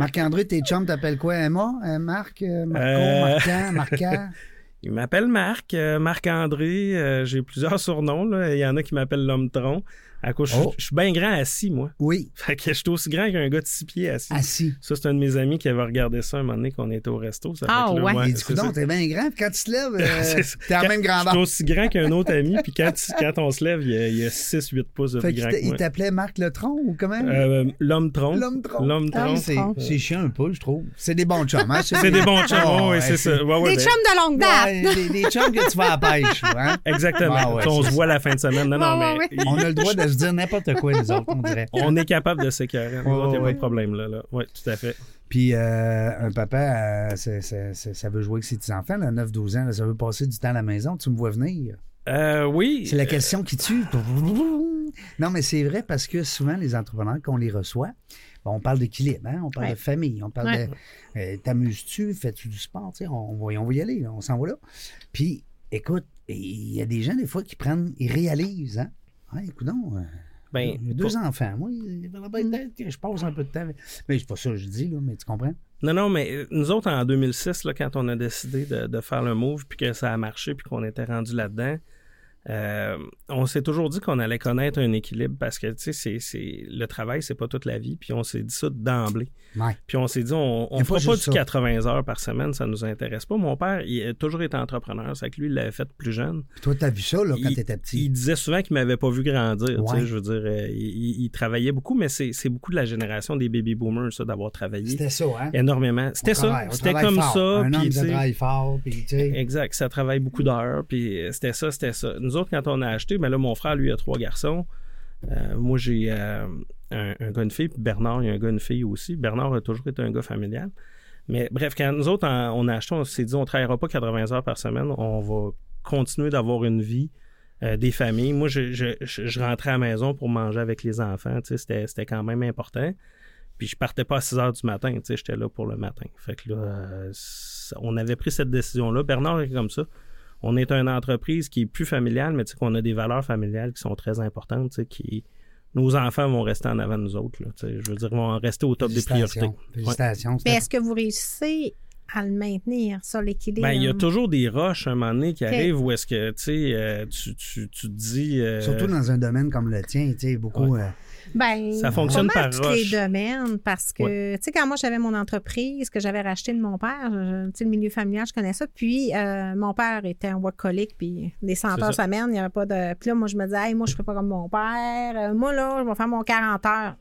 Marc-André, tes chums t'appelles quoi? Emma? Euh, Marc? euh, Marco?
Euh.
Marquant? Marquant?
Il m'appelle Marc, euh, Marc-André. euh, J'ai plusieurs surnoms. là. Il y en a qui m'appellent l'homme tronc. À cause, je-
Oh.
je suis bien grand assis, moi.
Oui,
Fait que je suis aussi grand qu'un gars de six pieds assis.
assis.
Ça, c'est un de mes amis qui avait regardé ça un moment donné qu'on était au resto. Ça fait
Ah,
que là,
ouais.
Il dit,
c'est ça.
coudonc, t'es bien grand, puis quand tu te lèves,
C'est
euh,
ça.
t'es en
Quand-
même
Je suis
grandeur.
aussi grand qu'un autre ami, puis quand, quand on se lève, il y a, 6-8 pouces de
Fait
plus
qu'il
grand
t'a-
que
il
moi.
t'appelait Marc le tronc ou comment?
Euh, L'homme tronc.
L'homme tronc.
L'homme tronc.
L'homme
C'est
tronc.
c'est chiant un peu, je trouve. C'est des bons chums, hein?
C'est des bons chums.
Oh,
oui,
ouais,
c'est ça. Ouais,
des
ouais, ben,
chums de longue date.
Ouais, des, des chums que tu vas à la pêche, hein?
Exactement.
Ah ouais,
Tu sais, on
c'est
se voit la fin de semaine. Non, non,
Ouais,
mais
ouais,
il-
On a le droit de se dire n'importe quoi, les autres, on dirait.
on est capable de s'écœurer. Nous
Ouais,
autres, Il n'y a
ouais.
pas de problème. là. là. Oui, tout à fait.
Puis euh, un papa, euh, c'est- c'est- c'est- ça veut jouer avec ses petits-enfants, là, 9-12 ans, là, ça veut passer du temps à la maison, tu me vois venir.
Euh, oui.
C'est la question qui tue. Non, mais c'est vrai parce que souvent, les entrepreneurs, qu'on les reçoit, bon, on parle d'équilibre, hein, on parle
Ouais.
de famille, on parle
Ouais.
de euh, t'amuses-tu, fais-tu du sport, tu sais, on, on va, on va y aller, là, on s'en va là. Puis, écoute, il y a des gens, des fois, qui prennent, ils réalisent, hein. Ah, écoute donc, euh,
Ben, Hmm.
j'ai deux enfants. Moi, il faudrait peut-être que je passe un peu de temps. avec- Mais c'est pas ça que je dis, là, mais tu comprends?
Non, non, mais euh, nous autres, en 2006, là, quand on a décidé de, de faire le move, puis que ça a marché, puis qu'on était rendu là-dedans, euh, on s'est toujours dit qu'on allait connaître un équilibre parce que, tu sais, c'est- c'est- le travail, c'est pas toute la vie, puis on s'est dit ça d'emblée.
Ouais.
Puis on s'est dit, on
Il y a
ne
pas
fera pas
juste
du
ça.
80 heures par semaine, ça nous intéresse pas. Mon père, il a toujours été entrepreneur, c'est que lui, il l'avait fait plus jeune.
Puis toi, t'as vu ça, là, quand
Il-
t'étais
Il
petit.
disait souvent qu'il m'avait pas vu grandir. tu sais,
Ouais.
Je veux dire, euh, il, il- il travaillait beaucoup, mais c'est c'est beaucoup de la génération des baby boomers, ça, d'avoir travaillé
C'était ça, hein?
énormément.
On
C'était ça.
travaille, on
C'était
travaille
comme
fort.
ça.
Un
puis,
homme,
tu
ça
sais,
travaille fort, puis tu sais.
Exact. Ça travaille beaucoup d'heures. Puis euh, c'était ça, c'était ça. Nous autres, quand on a acheté, mais là, mon frère, lui, a trois garçons. Euh, moi, j'ai euh, un, un gars, une fille. Puis Bernard, il y a un gars, une fille aussi. Bernard a toujours été un gars familial. Mais bref, quand nous autres, en- on a acheté, on s'est dit, on ne travaillera pas 80 heures par semaine. On va continuer d'avoir une vie, euh, des familles. Moi, je, je- je- je rentrais à la maison pour manger avec les enfants. tu sais, C'était c'était quand même important. Puis je partais pas à 6 heures du matin, tu sais, j'étais là pour le matin. Fait que là, euh, ça- on avait pris cette décision-là. Bernard est comme ça. On est une entreprise qui est plus familiale, mais tu sais qu'on a des valeurs familiales qui sont très importantes, tu sais, qui... Nos enfants vont rester en avant de nous autres, là, tu sais. Je veux dire, ils vont rester au top des priorités.
Félicitations. Félicitations.
Mais
c'était-
est-ce que vous réussissez à le maintenir, ça, l'équilibre?
Ben, il y a toujours des roches à un moment donné qui
euh, Ok.
arrivent où est-ce que, tu sais, euh, tu, tu, tu te dis... euh,
Surtout dans un domaine comme le tien, tu sais, beaucoup. euh,
Ben,
Ça fonctionne
pas mal
par
tous
roche.
les domaines parce que, tu sais, quand moi j'avais mon entreprise que j'avais rachetée de mon père, je- tu sais, le milieu familial, je connais ça. Puis, euh, mon père était un workaholic, puis des 100
C'est
heures
ça.
semaine, il n'y avait pas de. Puis là, moi, je me disais, Hey, moi, je ne fais pas comme mon père. Euh, moi, là, je vais faire mon 40 heures.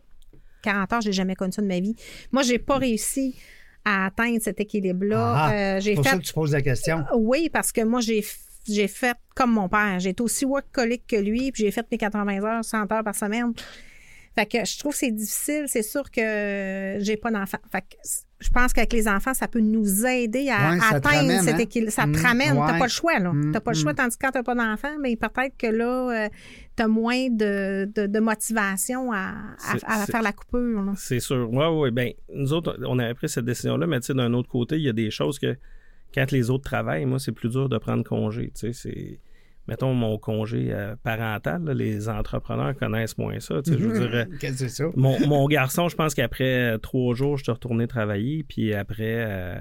40 heures, j'ai jamais connu ça de ma vie. Moi, j'ai pas réussi à atteindre cet équilibre-là.
Ah,
Euh,
C'est
j'ai
pour
fait
ça que tu poses la question.
oui, parce que moi, j'ai, f- j'ai fait comme mon père. J'ai été aussi workaholic que lui, puis j'ai fait mes 80 heures, 100 heures par semaine. Fait que je trouve que c'est difficile. C'est sûr que j'ai pas d'enfants. Fait que c- je pense qu'avec les enfants, ça peut nous aider à
Ouais, ça te
atteindre
ramène,
cet
hein?
équilibre. Ça te
Mm,
ramène. T'as
ouais.
pas le choix, là.
Mm,
T'as pas le choix.
mm.
Tandis que quand t'as pas d'enfants, mais peut-être que là, tu as moins de, de- de motivation à, à-
C'est-
à
c'est-
faire la coupure, là.
C'est sûr. Oui, oui. Ben, nous autres, on avait pris cette décision-là, mais tu sais, d'un autre côté, il y a des choses que quand les autres travaillent, moi, c'est plus dur de prendre congé. Tu sais, c'est. Mettons mon congé euh, parental, là, les entrepreneurs connaissent moins ça. tu sais, Je veux dire, euh,
Qu'est-ce que c'est ça?
mon, mon garçon, je pense qu'après euh, trois jours, je suis retourné travailler, puis après euh,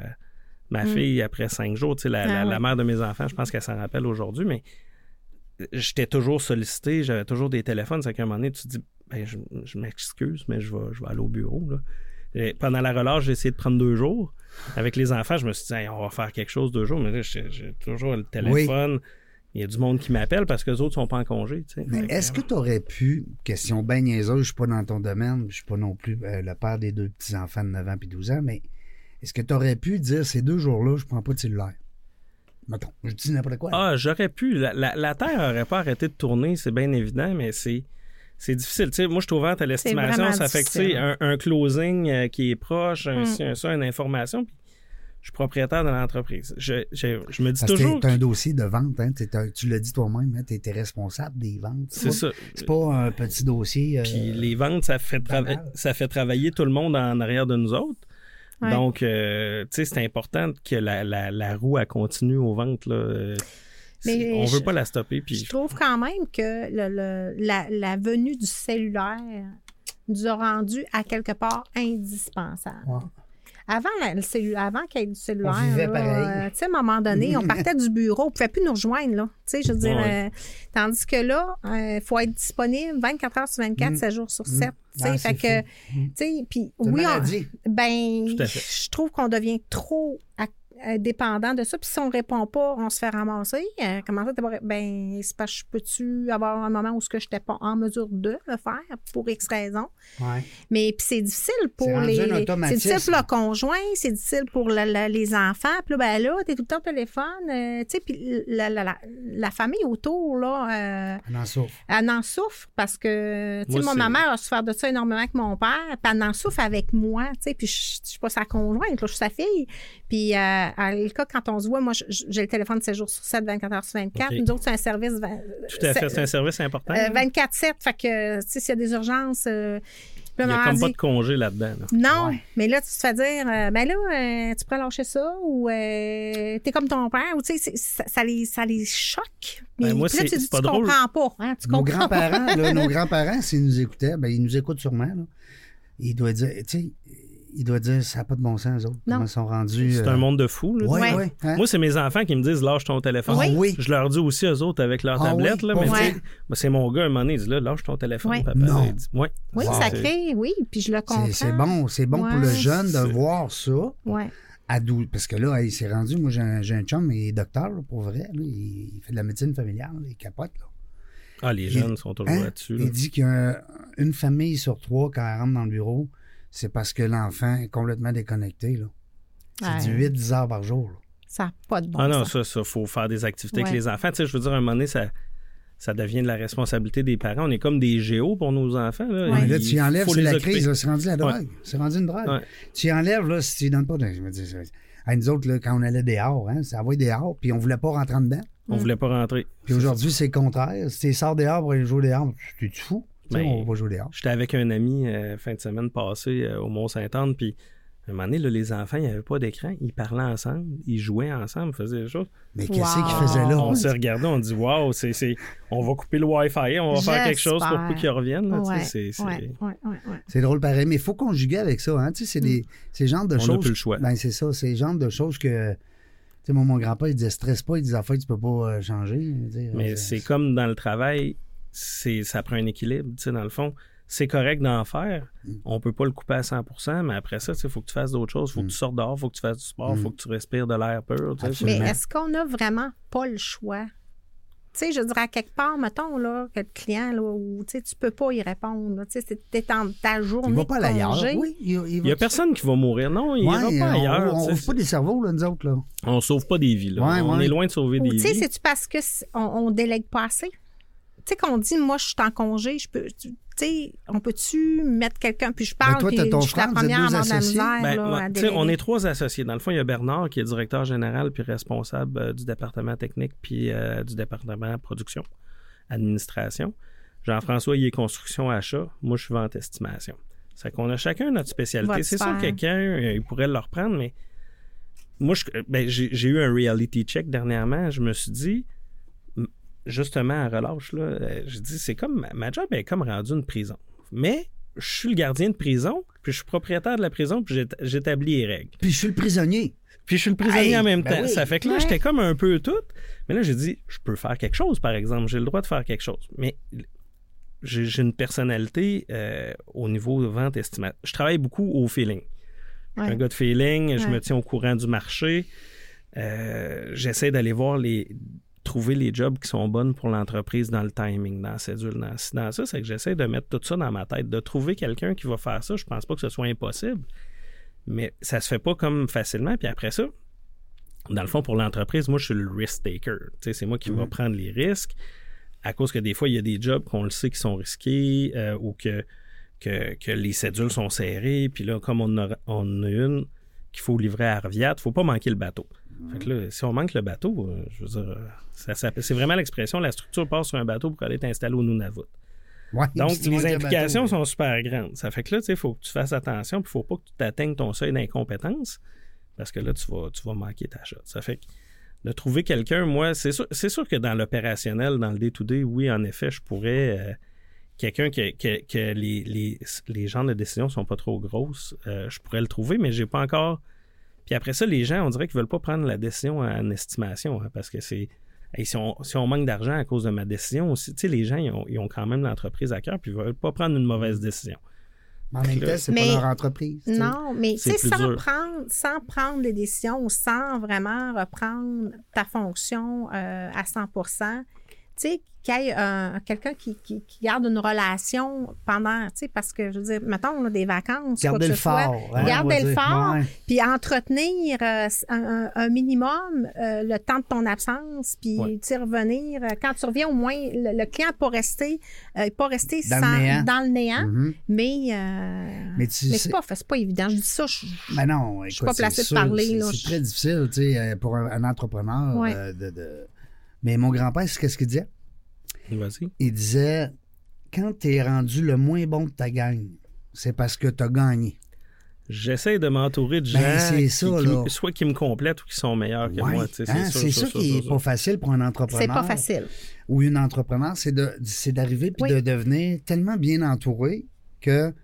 ma
Mm.
fille, après cinq jours, tu sais, la,
Ah
la- la
ouais.
mère de mes enfants, je pense qu'elle s'en rappelle aujourd'hui, mais j'étais toujours sollicité, j'avais toujours des téléphones. C'est qu'à un moment donné, tu te dis, ben, je, je m'excuse, mais je vais, je vais aller au bureau. Là. Et pendant la relâche, j'ai essayé de prendre deux jours. Avec les enfants, je me suis dit, Hey, on va faire quelque chose deux jours, mais là, j'ai j'ai toujours le téléphone. Il y a du monde qui m'appelle parce que les autres sont pas en congé. tu sais.
Mais
Fait que, euh,
est-ce que tu aurais pu, question ben niaiseuse, je suis pas dans ton domaine, je suis pas non plus euh, le père des deux petits-enfants de 9 ans et 12 ans, mais est-ce que tu aurais pu dire ces deux jours-là, je prends pas de cellulaire? Mettons, je dis n'importe quoi.
Ah, j'aurais pu. La, la- la Terre n'aurait pas arrêté de tourner, c'est bien évident, mais c'est. C'est difficile. Tu sais, moi, je suis ouverte à l'estimation.
vraiment
Ça fait que tu sais,
difficile.
un, un closing euh, qui est proche, un
Mm.
ci, un ça, une information. Puis je suis propriétaire de l'entreprise. Je, je- je me dis
Parce que
toujours.
t'as
que-
un dossier de vente, hein, t'es un- tu l'as dit toi-même, hein, tu étais responsable des ventes.
C'est
pas-
ça.
C'est pas un petit dossier. euh,
Puis les ventes, ça fait, trava-
banal.
ça fait travailler tout le monde en arrière de nous autres.
Ouais.
Donc, euh, tu sais, c'est important que la, la- la roue elle continue aux ventes. Là. Euh,
Mais
c'est- on
je-
veut pas la stopper. Puis
Je trouve quand même que le- le- la, la venue du cellulaire nous a rendu à quelque part indispensable.
ouais.
Avant, la- le cellu- avant qu'il y ait du cellulaire,
On vivait
là,
pareil.
euh, tu sais, à un moment donné, on partait du bureau, on ne pouvait plus nous rejoindre. Là, Tu sais, je veux dire,
Ouais.
euh, tandis que là, il faut être disponible 24 heures sur 24,
Mm.
7 jours sur 7. tu sais,
Ah,
fait
c'est
que,
fou.
tu sais, puis
C'est une
ah.
oui, on-
maladie.
ben,
Tout à fait.
je trouve qu'on devient trop ac- euh, dépendant de ça. Puis si on répond pas, on se fait ramasser. Euh, comment ça, t'as pas- ben, c'est parce que je peux-tu avoir un moment où ce que je n'étais pas en mesure de le faire pour X raison.
Ouais.
Mais puis c'est difficile pour
rendu
les.
un
les- C'est
automatisme.
difficile pour le conjoint, c'est difficile pour la- la- les enfants. Puis là, ben là, t'es tout le temps au téléphone. euh, tu sais, puis la, la- la- la famille autour, là. euh,
On en souffre.
elle en souffre parce que, tu sais,
Moi,
moi,
c'est-
ma mère a souffert de ça énormément avec mon père, puis elle en souffre avec moi, tu sais, puis je je suis pas sa conjointe, là, je suis sa fille. Puis, euh, à le cas, quand on se voit, moi, je- je- j'ai le téléphone 7 jours sur 7, 24 heures sur 24.
Ok.
Nous autres, c'est un service vingt-
tout à fait, c'est
sept-
un service important.
euh, 24-7, fait que, tu sais, s'il y a des urgences, euh, puis
Il n'y
ma
a
mère
comme
dit,
pas de congé là-dedans. là.
non,
Ouais.
mais là, tu te fais dire, euh, ben là, euh, tu pourrais lâcher ça ou euh, t'es comme ton père, ou tu sais, c'est- ça, ça les, ça les choque.
Ben,
Puis
moi,
puis là,
c'est-
tu, dis,
c'est
tu
pas drôle.
comprends pas. Hein, tu
Nos
comprends pas.
grands-parents, là, nos grands-parents, s'ils nous écoutaient, ben, ils nous écoutent sûrement. Là. Ils doivent dire, tu sais, ils doivent dire, ça n'a pas de bon sens, eux autres.
Non.
Comment ils sont rendus. euh,
C'est un monde de fous. là.
Oui,
Ouais.
oui.
Moi, c'est mes enfants qui me disent lâche ton téléphone.
Oui. Ah oui.
Je leur dis aussi aux autres avec leur
Ah
tablette.
oui.
là, mais
Ouais.
tu sais, moi, c'est mon gars, un moment donné, il dit là, lâche ton téléphone,
Ouais.
papa.
Non.
Il dit, ouais.
Oui,
Wow.
ça crée, oui, puis je le comprends.
C'est bon, c'est bon pour
Ouais.
le jeune de
C'est-
voir ça.
Ouais.
À 12, parce que là, il s'est rendu. Moi, j'ai un, j'ai un chum, il est docteur, là, pour vrai. là. il, il fait de la médecine familiale, il capote. Là.
Ah, les
Il-
jeunes sont toujours
Hein?
là-dessus. là.
Il dit qu'une famille sur trois, quand elle rentre dans le bureau, c'est parce que l'enfant est complètement déconnecté. là. C'est
Ouais.
du 8-10 heures par jour. là.
Ça n'a pas de bon
ah non,
sens.
ça, ça, faut faire des activités avec
Ouais.
les enfants. Tu sais, je veux dire, un moment donné, ça, ça devient de la responsabilité des parents. On est comme des géos pour nos enfants. Là,
Ouais.
Mais là,
Il
tu y enlèves,
faut
c'est
les
la
occuper.
crise, là, c'est rendu la drogue.
Ouais.
C'est rendu une drogue.
Ouais.
Tu y enlèves, là, si tu y donnes pas. de- Je me dis, c'est- à nous autres, là, quand on allait dehors, hein, ça envoyait dehors, puis on voulait pas rentrer en dedans.
On voulait pas rentrer.
Puis aujourd'hui, c'est le contraire. Si tu sors dehors pour aller jouer dehors, tu tu te fous. Tu sais,
Ben,
on va jouer dehors.
J'étais avec un ami euh, fin de semaine passée euh, au Mont-Saint-Anne, puis à un moment donné, là, les enfants, il n'y avait pas d'écran. Ils parlaient ensemble, ils jouaient ensemble, faisaient des choses.
Mais qu'est-ce
Wow.
qu'ils faisaient là?
On
hein?
s'est regardé, on dit Waouh, c'est, c'est- on va couper le Wi-Fi, on va faire quelque chose pour
J'espère.
plus qu'ils reviennent. là, tu sais,
Ouais,
c'est- c'est-
ouais, ouais, ouais, ouais.
C'est drôle pareil, mais il faut conjuguer avec ça. Hein? Tu sais, c'est
Mm.
des ces genres de
On n'a
choses.
plus le choix.
Ben, c'est ça, c'est le genre de choses que. Tu sais, moi, mon grand-père, il disait stresse pas, il disait affaire, tu peux pas euh, changer. Je veux dire,
Mais c'est comme dans le travail, c'est, ça prend un équilibre. tu sais, Dans le fond, c'est correct d'en faire. On peut pas le couper à 100 mais après ça, il faut que tu fasses d'autres choses. Il faut que tu sortes dehors, il faut que tu fasses du sport, il faut que tu respires de l'air pur. tu sais,
Absolument.
Mais
Absolument.
est-ce qu'on n'a vraiment pas le choix? Tu sais, je dirais à quelque part, mettons, là, que le client, là, ou tu sais, tu peux pas y répondre. là. Tu sais, c'est- t'es dans ta journée.
Il va pas
de
l'ailleurs.
congé.
Oui, il,
Il n'y a personne qui va mourir. Non, il n'ira pas ailleurs.
On,
tu
on
sais,
ouvre pas des cerveaux, là, nous autres. Là.
On sauve pas des vies. là.
Ouais,
on
ouais.
est loin de sauver
Ou
des
tu sais,
vies.
c'est-tu parce que c'est- on, on délègue pas assez? Tu sais, qu'on dit, moi, je suis en congé, je peux. Tu tu sais, on peut-tu mettre quelqu'un, puis je parle,
Ben, toi,
puis
t'as ton
je suis
frère,
la
vous êtes
première à
deux
avoir de la
associés.
misère.
Ben,
là,
moi,
à
tu sais, on
déléguer.
est trois associés. Dans le fond, il y a Bernard qui est directeur général puis responsable euh, du département technique puis euh, du département production, administration. Jean-François, il est construction achat. Moi, je suis vente estimation. C'est qu'on a chacun notre spécialité.
Votre
C'est sûr que
sphère.
quelqu'un, euh, il pourrait le reprendre, mais moi, je- ben, j'ai j'ai eu un reality check dernièrement. Je me suis dit, m- justement, à relâche, là, euh, j'ai dit, c'est comme, ma job est comme rendue une prison. Mais je suis le gardien de prison, puis je suis propriétaire de la prison, puis j'éta- j'établis les règles.
Puis je suis le prisonnier.
Puis je suis le prisonnier
Hey,
en même
ben
temps.
oui.
Ça fait que là,
Ouais.
j'étais comme un peu tout. Mais là, j'ai dit, je peux faire quelque chose, par exemple. J'ai le droit de faire quelque chose. Mais j'ai j'ai une personnalité euh, au niveau de vente estimate. Je travaille beaucoup au feeling. Je suis
Ouais.
un gars de feeling. Je
Ouais.
me tiens au courant du marché. Euh, J'essaie d'aller voir les trouver les jobs qui sont bonnes pour l'entreprise dans le timing, dans la cédule, dans, ci, dans ça. C'est que j'essaie de mettre tout ça dans ma tête, de trouver quelqu'un qui va faire ça. Je pense pas que ce soit impossible mais ça se fait pas comme facilement. Puis après ça, dans le fond, pour l'entreprise, moi, je suis le risk taker. Tu sais, c'est moi qui va prendre les risques à cause que des fois, il y a des jobs qu'on le sait qui sont risqués euh, ou que, que, que les cédules sont serrées. Puis là, comme on, a, on a une qu'il faut livrer à Arviat, faut pas manquer le bateau. Fait que là, si on manque le bateau, euh, je veux dire, euh, ça, ça- c'est vraiment l'expression, la structure passe sur un bateau pour aller t'installer au Nunavut.
Ouais,
Donc,
si tu manques
les
le
implications
bateau,
sont super grandes. Ça fait que là, tu sais, faut que tu fasses attention, puis faut pas que tu atteignes ton seuil d'incompétence, parce que là, tu vas, tu vas manquer ta shot. Ça fait que de trouver quelqu'un, moi, c'est sûr, c'est sûr que dans l'opérationnel, dans le day-to-day, oui, en effet, je pourrais. euh, quelqu'un que, que- que les, les, les genres de décision sont pas trop grosses, euh, je pourrais le trouver, mais j'ai pas encore. Puis après ça, les gens, on dirait qu'ils veulent pas prendre la décision en estimation, hein, parce que c'est. Hey, si, on, si on manque d'argent à cause de ma décision aussi, tu sais, les gens, ils ont, ils ont quand même l'entreprise à cœur, puis ils veulent pas prendre une mauvaise
Mm.
décision.
Mais en même temps, c'est
Mais-
pas leur entreprise. tu sais.
Non, mais tu sais,
C'est plus
sans
dur.
prendre, sans prendre des décisions ou sans vraiment reprendre ta fonction euh, à 100 tu sais, qu'il y ait un- quelqu'un qui, qui- qui garde une relation pendant, tu sais, parce que, je veux dire, mettons, on a des vacances, quoi
Gardez
que
le
ce soit.
fort. hein,
Gardez
on va
le
dire.
fort.
Ouais.
Puis entretenir euh, un, un- un minimum euh, le temps de ton absence, puis
Ouais.
tu sais, revenir. euh, Quand tu reviens, au moins, le, le client peut rester, euh, pas rester
Dans le
sans-
néant.
dans le néant,
Mhm. Mais tu
mais, euh, hein. mais
sais-
c'est pas, c'est pas évident. Je dis ça, je-
Mais Ben non, écoute,
suis pas
c'est
placée de
sûr,
parler,
c'est-
là,
C'est
je-
très difficile, tu sais, euh, pour un, un entrepreneur.
Ouais.
euh, de, de- Mais mon grand-père, c'est qu'est-ce qu'il disait?
Vas-y.
Il disait, quand tu es rendu le moins bon de ta gang, c'est parce que tu as gagné.
J'essaie de m'entourer de gens
Ben, c'est
qui-
ça,
qui,
là.
soit qui me complètent ou qui sont meilleurs que
Ouais,
moi. tu sais,
hein,
sûr,
C'est ça, qui est
sûr,
pas facile pour un
c'est
entrepreneur
pas facile.
ou une entrepreneur, c'est de- c'est d'arriver puis
Oui.
de devenir tellement bien entouré que,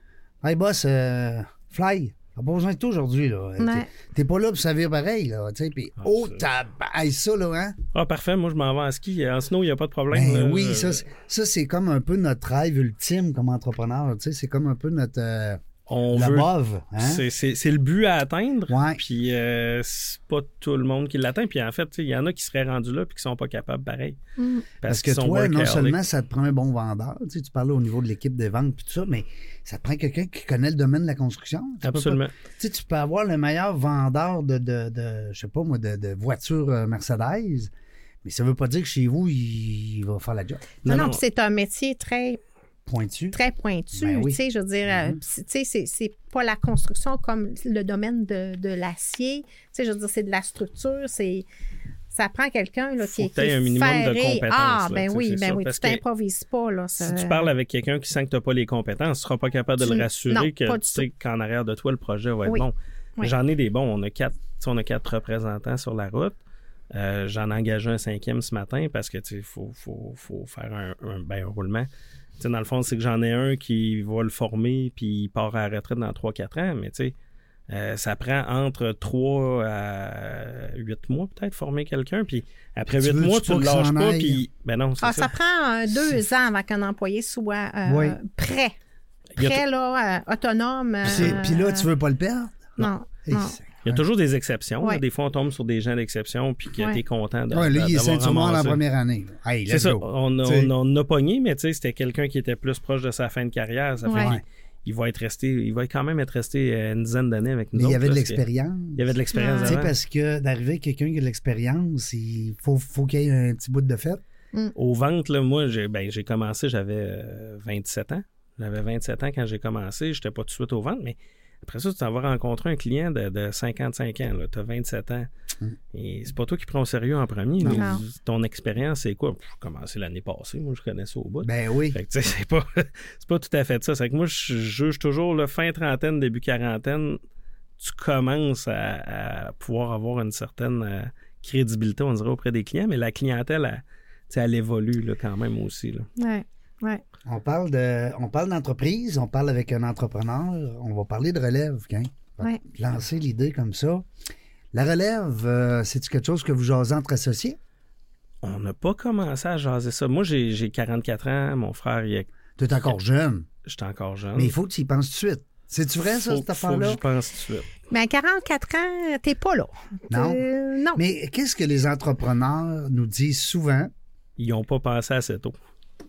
hey boss, euh, fly, t'as pas besoin de toi aujourd'hui. là.
Ouais.
T'es- T'es pas là pour servir pareil. Là, tu sais, puis,
Ah,
oh,
ça.
t'as hey, ça, là, hein?
Ah, parfait, moi je m'en vais en ski. En snow, il n'y a pas de euh, problème.
Ben
là.
oui,
Je-
ça, c'est- ça, c'est comme un peu notre rêve ultime comme entrepreneur. tu sais, C'est comme un peu notre euh,
on
la
veut.
bave. Hein?
C'est- C'est c'est le but à atteindre.
Ouais.
Puis euh, c'est pas tout le monde qui l'atteint. Puis en fait, tu sais, il y en a qui seraient rendus là puis qui sont pas capables pareil.
Mm.
Parce que
qu'ils sont
toi, non
workaholic.
seulement ça te prend un bon vendeur, tu, sais, tu parlais au niveau de l'équipe des ventes puis tout ça, mais ça te prend quelqu'un qui connaît le domaine de la construction. Tu peux pas-
Absolument.
tu sais, tu peux avoir le meilleur vendeur de, de, de- je sais pas moi, de, de voitures euh, Mercedes, mais ça veut pas dire que chez vous, il, il va faire la job.
Non,
Non,
non,
non.
puis c'est un métier très,
Pointu.
très pointu.
Ben oui.
Tu sais, je veux dire, euh,
Mm-hmm.
Mhm.
tu sais, c'est- c'est pas la construction comme le domaine de, de l'acier. Tu sais, je veux dire, c'est de la structure, c'est. Ça prend quelqu'un là, qui,
Faut
est-
que
qui
t'aies
est
un minimum de
ferré.
compétences,
Ah,
là, tu
ben
sais,
oui,
c'est
ben
ça,
oui,
parce
tu
que
t'improvises pas. Là,
Si
ça-
tu parles avec quelqu'un qui sent que tu n'as pas les compétences, tu seras pas capable de
euh, Tu-
le rassurer
non,
que
pas du
tu sais qu'en arrière de toi, le projet va être
Oui.
bon.
Oui.
J'en ai des bons. On a quatre, tu sais, on a quatre représentants sur la route. Euh, J'en ai engagé un cinquième ce matin parce que tu sais, faut, faut, faut faire un, un- ben, un roulement. Tu sais, dans le fond, c'est que j'en ai un qui va le former puis il part à la retraite dans 3-4 ans, mais tu sais, euh, ça prend entre 3 à 8 mois peut-être former quelqu'un. Puis après
Tu
8
veux-tu
mois, tu
pas
le
que ça
lâches
en
pas.
aille?
Puis, ben non, c'est
Ah,
ça.
ça prend euh, deux ans avant qu'un employé soit euh,
Oui.
prêt.
Il y a t-
Prêt, là, euh, autonome.
Puis c'est-
euh,
Puis là, tu veux pas le perdre?
Non.
Hey,
non.
c'est-
Il y a toujours des exceptions. là.
Ouais.
Des fois, on tombe sur des gens d'exception puis que
Ouais.
t'es content de.
Ouais, lui, il est
d'avoir
ceinture noire la
ramassé.
première année. Hey,
C'est
let's
ça.
go.
On, a-
T'sais.
on a- on a pogné, mais tu sais, c'était quelqu'un qui était plus proche de sa fin de carrière. Ça fait
Ouais.
qu'il- il va être resté, il va quand même être resté euh, une dizaine d'années avec nous.
Mais il y
autres,
avait de
parce que-
l'expérience.
Il y avait de l'expérience.
Ouais.
Tu sais,
avant.
parce que d'arriver avec quelqu'un qui a de l'expérience, il faut, faut qu'il y ait un petit bout de fête.
Au ventre, là, moi, j'ai ben, j'ai commencé, j'avais euh, 27 ans. J'avais 27 ans quand j'ai commencé. J'étais pas tout de suite au ventre, mais après ça, tu t'en vas rencontrer un client de, de 55 ans. Tu as 27 ans. Et c'est pas toi qui prends au sérieux en premier.
Non.
là. Ton expérience, c'est quoi? Pff, J'ai commencé l'année passée. Moi, je connais ça au bout.
Ben oui.
Fait que, tu sais, c'est pas, c'est pas tout à fait ça. C'est que moi, je juge toujours le fin trentaine, début quarantaine, tu commences à, à pouvoir avoir une certaine euh, crédibilité, on dirait, auprès des clients, mais la clientèle, elle, tu sais, elle évolue là, quand même aussi. là.
Ouais, ouais.
On parle de, on parle d'entreprise, on parle avec un entrepreneur, on va parler de relève, hein. Fait que
Ouais.
Lancer l'idée comme ça. La relève, euh, c'est-tu quelque chose que vous jasez entre associés?
On n'a pas commencé à jaser ça. Moi, j'ai j'ai 44 ans. Mon frère, il est...
Tu es encore jeune,
j'étais encore jeune.
mais il faut que tu y penses tout de suite. C'est-tu vrai, ça, cette
Faut- faut que
affaire-là?
j'y pense tout de suite.
Mais Ben, à 44 ans, t'es pas là.
Non.
Euh, non.
Mais qu'est-ce que les entrepreneurs nous disent souvent?
Ils n'ont pas pensé assez tôt.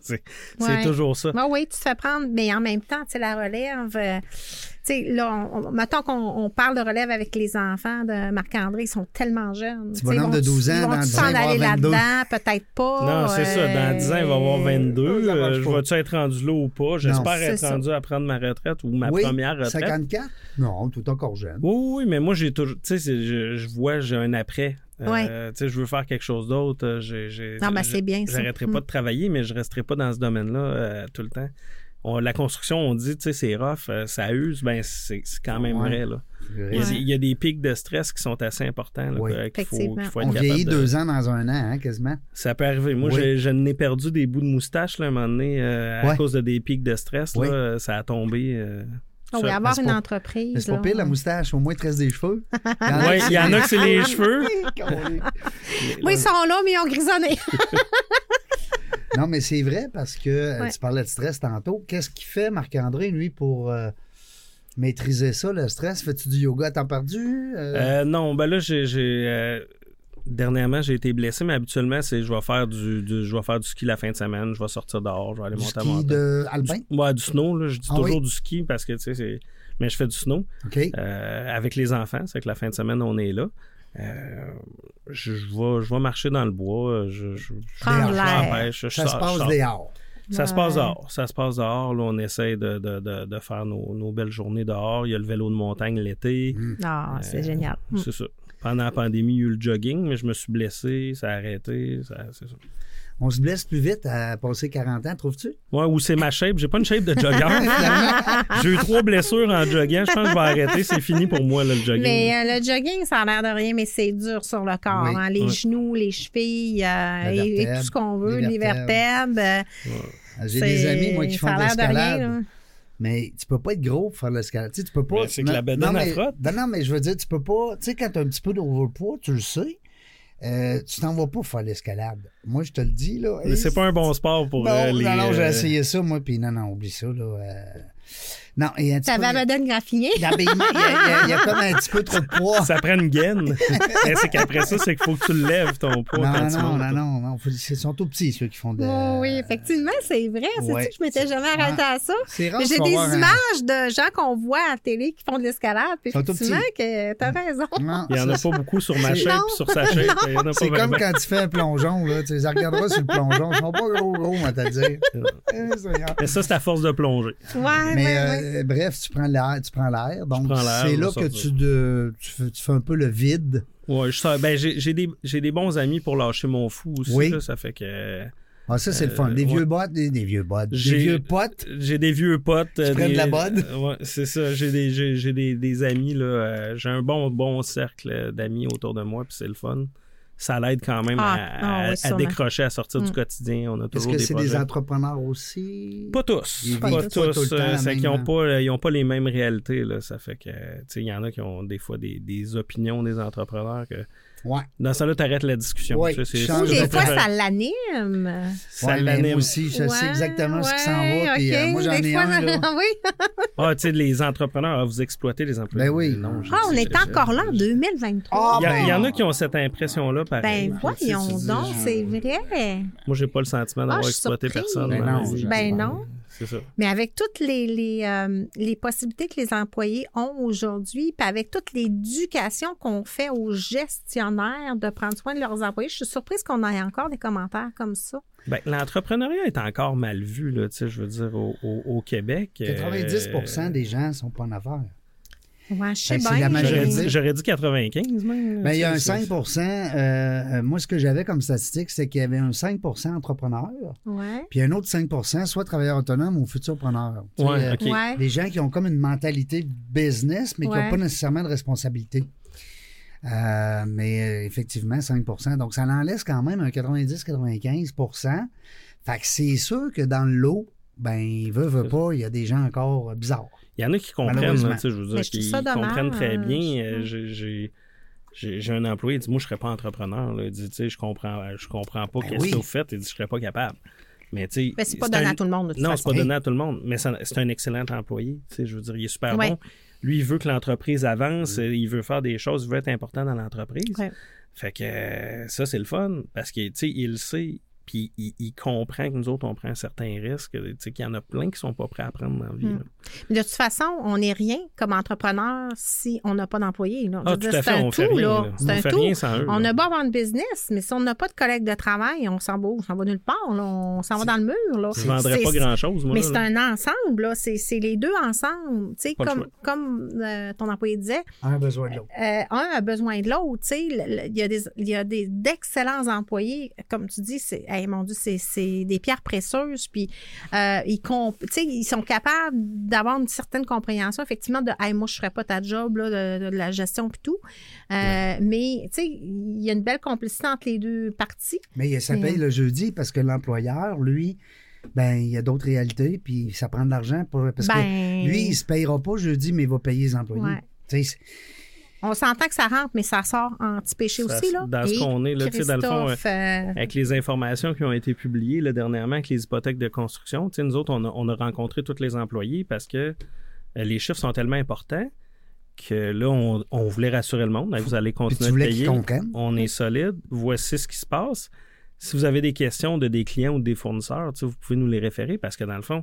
C'est c'est
Ouais.
toujours ça.
Ah Oui, oui, tu te fais prendre, mais en même temps, tu sais, la relève, euh, tu sais, là, on- on- mettons qu'on on parle de relève avec les enfants de Marc-André, ils sont tellement jeunes.
Petit
Tu sais,
bonhomme de
vont-tu-
12 ans,
vont-tu
dans 10 ans,
s'en
il va
aller
avoir 22.
là-dedans, peut-être pas.
Non, c'est ça. Dans 10 ans, il va avoir 22.
Oh,
ça marche
Euh, je
pas.
vais-tu être rendu là ou pas? J'espère
C'est
être
ça.
rendu à prendre ma retraite ou ma
oui,
première retraite.
54? Non, tout encore jeune.
Oui, oui, oui, mais moi, j'ai toujours. Tu sais, c'est- je, je vois, j'ai un après. Euh,
Ouais.
Tu sais, je veux faire quelque chose d'autre. Euh, j'ai- j'ai-
Non, ben,
j'ai-
c'est bien, ça.
J'arrêterai
Mm.
pas de travailler, mais je resterai pas dans ce domaine-là euh, tout le temps. On- la construction, on dit, tu sais, c'est rough, euh, ça use. Ben, c'est c'est quand même
Ouais.
vrai, là. Il y, a,
Ouais.
il y a des pics de stress qui sont assez importants, là,
Oui.
que- qu'il faut, qu'il faut
Effectivement.
être
On
capable
vieillit
de-
deux ans dans un an, hein, quasiment.
Ça peut arriver. Moi,
Oui.
j'ai- je n'ai perdu des bouts de moustache, là, un moment donné, euh, à
Ouais.
cause de des pics de stress,
Oui.
là, euh, ça a tombé. euh,
Ah oui,
ça-
avoir
c'est
une
pas-
entreprise.
Mais c'est pas
là.
pire, la moustache. Au moins, il te reste des cheveux.
Ouais, il y en a que c'est les cheveux.
Oui, ils sont là, mais ils ont grisonné.
Non, mais c'est vrai parce que euh,
Ouais.
tu parlais de stress tantôt. Qu'est-ce qu'il fait, Marc-André, lui, pour euh, maîtriser ça, le stress? Fais-tu du yoga à temps perdu? Euh,
Euh, non, ben là, j'ai. j'ai, euh, Dernièrement, j'ai été blessé, mais habituellement, c'est je vais faire du, du- je vais faire du ski la fin de semaine, je vais sortir dehors, je vais aller
du
monter à
ski de alpin?
Ouais, du snow, là, je dis
Ah
toujours
oui?
du ski parce que tu sais, c'est- mais je fais du snow.
OK.
Euh, avec les enfants. C'est que la fin de semaine, on est là. Euh, je, je vais, je vais marcher dans le bois. euh, Je, je, je-
Prendre
je
l'air.
m'empêche, je
ça se
sors- je
passe
sors.
dehors.
Ça se
Ouais.
passe dehors. Ça se passe dehors. Là, on essaie de, de- de- de faire nos, nos belles journées dehors. Il y a le vélo de montagne l'été.
Mm.
Non, c'est
Euh,
génial.
C'est ça. Pendant la pandémie, il y a eu le jogging, mais je me suis blessé. Ça a arrêté. ça- c'est ça.
On se blesse plus vite à passer 40 ans, trouves-tu?
Ouais, ou c'est ma shape. J'ai pas une shape de jogger. J'ai eu trois blessures en joggant. Je pense que je vais arrêter. C'est fini pour moi, là, le jogging.
Mais euh, le jogging, ça a l'air de rien, mais c'est dur sur le corps.
Oui.
hein. Les
Oui.
genoux, les chevilles, euh,
La
et, et
vertèbre,
tout ce qu'on veut,
les
les
vertèbres.
vertèbres. euh,
J'ai
c'est-
des amis, moi, qui
ça
font
a
de
l'air rien,
l'escalade.
là.
Mais tu peux pas être gros pour faire de l'escalade. Tu sais, tu peux pas.
Mais c'est que la bedaine,
non,
elle
mais, ben
frotte.
Non, non, mais je veux dire, tu peux pas. Tu sais, quand t'as un petit peu d'overpoids, tu le sais, euh, tu t'en vas pas faire l'escalade. Moi, je te le dis, là.
Mais c'est pas un bon sport pour
Non,
euh, les.
euh, non, non, j'ai
euh,
essayé ça, moi, puis non, non, oublie ça, là. euh, Non, il y a un petit
Ça
peu.
va me donner graffier.
d'habillement, il y a- il y a- il y a comme un petit peu trop de poids.
ça prend une gaine. Eh, c'est qu'après ça, c'est qu'il faut que tu le lèves ton poids. quand
Non,
tu
non, non,
montes.
non, non, faut- Ils sont tout petits, ceux qui font de.
Oh, Oui, effectivement, c'est vrai. C'est
Euh, ouais.
que je m'étais jamais arrêtée à ça.
C'est rare.
Mais J'ai
qu'on
des
va avoir un-
images de gens qu'on voit à la télé qui font de l'escalade. Puis
Ils sont tout
effectivement, que t'as raison.
Non,
Il n'y en a
ça,
pas beaucoup sur ma
C'est-
shape
Non.
et sur sa shape. Il y en a pas
C'est
vraiment.
comme quand tu fais un plongeon, là. Tu les regarderas sur le plongeon. Ils sont pas gros, gros, moi, t'as dit. Eh, Seigneur.
Mais ça, c'est à force de plonger.
Ouais,
Mais
ouais, ouais.
euh, bref, tu prends l'air, tu prends l'air. Donc,
prends l'air,
c'est
on
là
va
que
sortir.
tu, de- tu, fais, tu fais un peu le vide.
Ouais, je sors- ben, j'ai j'ai des, j'ai des bons amis pour lâcher mon fou aussi.
Oui.
là, ça fait que.
Ah, ça, c'est le fun. Des
Euh,
vieux
ouais.
bottes, des, des vieux bottes. Des
J'ai-
vieux potes.
J'ai des vieux potes. euh,
prends de
des-
la bonne?
Euh, ouais, c'est ça. J'ai des, j'ai- j'ai des, des amis. là, euh, J'ai un bon, bon cercle d'amis autour de moi, puis c'est le fun. Ça l'aide quand même
Ah,
à-
ah,
à,
oui,
à
sûrement.
décrocher, à sortir du
Mm.
quotidien. On a
Est-ce
toujours
que
des
c'est
projets.
des entrepreneurs aussi?
Pas tous.
Ils
pas
vivent
tous.
pas tout le temps
euh,
la
c'est
même- hein.
qu'ils n'ont pas, euh, ils ont pas les mêmes réalités. Là. Ça fait que, euh, tu sais, il y en a qui ont des fois des, des opinions des entrepreneurs que.
Ouais.
Dans ça, là, t'arrêtes la discussion.
Ouais,
tu sais,
tu
c'est-
changes
Ou
je
des
vais
fois,
faire-
ça l'anime.
ça
Ouais, mais
l'anime.
moi aussi, je sais
Ouais,
exactement ce qui s'en
ouais,
va. Puis, euh,
ok.
moi, j'en
Des
ai
fois,
un, là.
oui.
Ah, tu sais, les entrepreneurs, ah, vous exploitez les employés.
Ben oui.
Non, je-
Ah, on
je-
est
je-
encore là en 2023.
Ah,
Il y, a- il y en a
ben.
qui ont cette impression-là,
Ah,
pareil.
Ben
Tu sais,
voyons
tu dis,
donc,
je-
c'est vrai.
Moi, j'ai pas le sentiment
Ah,
d'avoir
je suis
exploité
surprise.
personne.
Ben
dans ma
non,
vie.
je-
Ben non.
C'est ça.
Mais avec toutes les, les, euh, les possibilités que les employés ont aujourd'hui, puis avec toute l'éducation qu'on fait aux gestionnaires de prendre soin de leurs employés, je suis surprise qu'on ait encore des commentaires comme ça.
Ben, l'entrepreneuriat est encore mal vu, là, tu sais, je veux dire, au, au- au Québec. euh,
90 des gens sont pas en affaires.
Ouais, je sais
Ben, c'est
bien.
la
mais-
J'aurais
majorité.
dit, j'aurais dit 95 même. là,
Ben, il y a un
tu sais,
5
c'est-
euh, euh, Moi, ce que j'avais comme statistique, c'est qu'il y avait un 5 entrepreneurs,
Ouais.
puis un autre 5 soit travailleurs autonomes ou futurs preneurs. Tu sais,
Ouais,
euh,
ok.
Ouais.
Des gens qui ont comme une mentalité business, mais qui n'ont
Ouais.
pas nécessairement de responsabilité. Euh, mais euh, effectivement, 5 Donc, ça en laisse quand même un 90-95 Fait que c'est sûr que dans le lot, ben, veut, veut pas, il y a des gens encore euh, bizarres.
Il y en a qui comprennent,
Malheureusement.
là, tu sais, je veux
Mais
dire,
je trouve
qui
ça dommage.
comprennent très bien.
Mm.
Euh, j'ai- j'ai- J'ai j'ai un employé, il dit Moi, je ne serais pas entrepreneur. là. Il dit Tu sais, je comprends, je comprends pas qu'est-ce
oui.
que vous faites. Il dit Je ne serais pas capable. Mais tu sais.
Mais Ben c'est pas donné
un-
à tout le monde, de toute
Non,
façon.
c'est pas donné à tout le monde. Mais ça- c'est un excellent employé. Tu sais, je veux dire, il est super
Ouais. Mm.
bon. Lui, il veut que l'entreprise avance. Il veut faire des choses. Il veut être important dans l'entreprise.
Ouais.
Fait que euh, ça, c'est le fun. Parce que, tu sais, il le sait. Puis il, il comprend que nous autres, on prend certains risques. Tu sais, qu'il y en a plein qui sont pas prêts à prendre dans la vie.
Mm.
là.
Mais De toute façon, on n'est rien comme entrepreneur si on n'a pas d'employés. là. Je
Ah,
veux
tout
dire,
à
C'est
fait.
un
On
tout,
fait rien.
là.
là.
C'est
on
un
fait
tout.
rien sans eux.
On
là.
a beau avoir une business, mais si on n'a pas de collègues de travail, on s'en va, où? on s'en va nulle part, là. on s'en va dans le mur. Là.
Je vendrais
C'est-
pas grand-chose, moi.
Mais
là.
c'est un ensemble, là. C'est, c'est les deux ensemble. Tu sais,
Pas le
comme,
choix.
comme euh, ton employé disait,
Un besoin de l'autre.
euh, un a besoin de l'autre. tu sais. Le- le- Il y a, des, il y a des, d'excellents employés. Comme tu dis, c'est, hey, mon Dieu, c'est, c'est des pierres précieuses. Puis euh, ils, comp- tu sais, ils sont capables d'avoir une certaine compréhension, effectivement, de hey, moi, je ne ferais pas ta job, là, de, de la gestion et tout. Euh, Mais tu sais, il y a une belle complicité entre les deux parties.
Mais ça
Mais-
paye le jeudi parce que l'employeur, lui, ben, il y a d'autres réalités, puis ça prend de l'argent pour. Parce
Ben-
que lui, il se payera pas jeudi, mais il va payer les employés.
Ouais.
Tu sais, c'est-
On s'entend que ça rentre, mais ça sort en petit péché
Ça-
aussi. Là.
dans ce
Et
qu'on est, là, tu sais, dans le fond,
Christophe, euh,
Avec les informations qui ont été publiées là, dernièrement avec les hypothèques de construction, tu sais, nous autres, on a, on a rencontré tous les employés parce que euh, les chiffres sont tellement importants que là, on, on voulait rassurer le monde. Hey, Vous allez
Puis
continuer
tu voulais
de payer.
qu'ils comprennent.
On est solide. Voici ce qui se passe. Si vous avez des questions de des clients ou des fournisseurs, tu sais, vous pouvez nous les référer parce que dans le fond,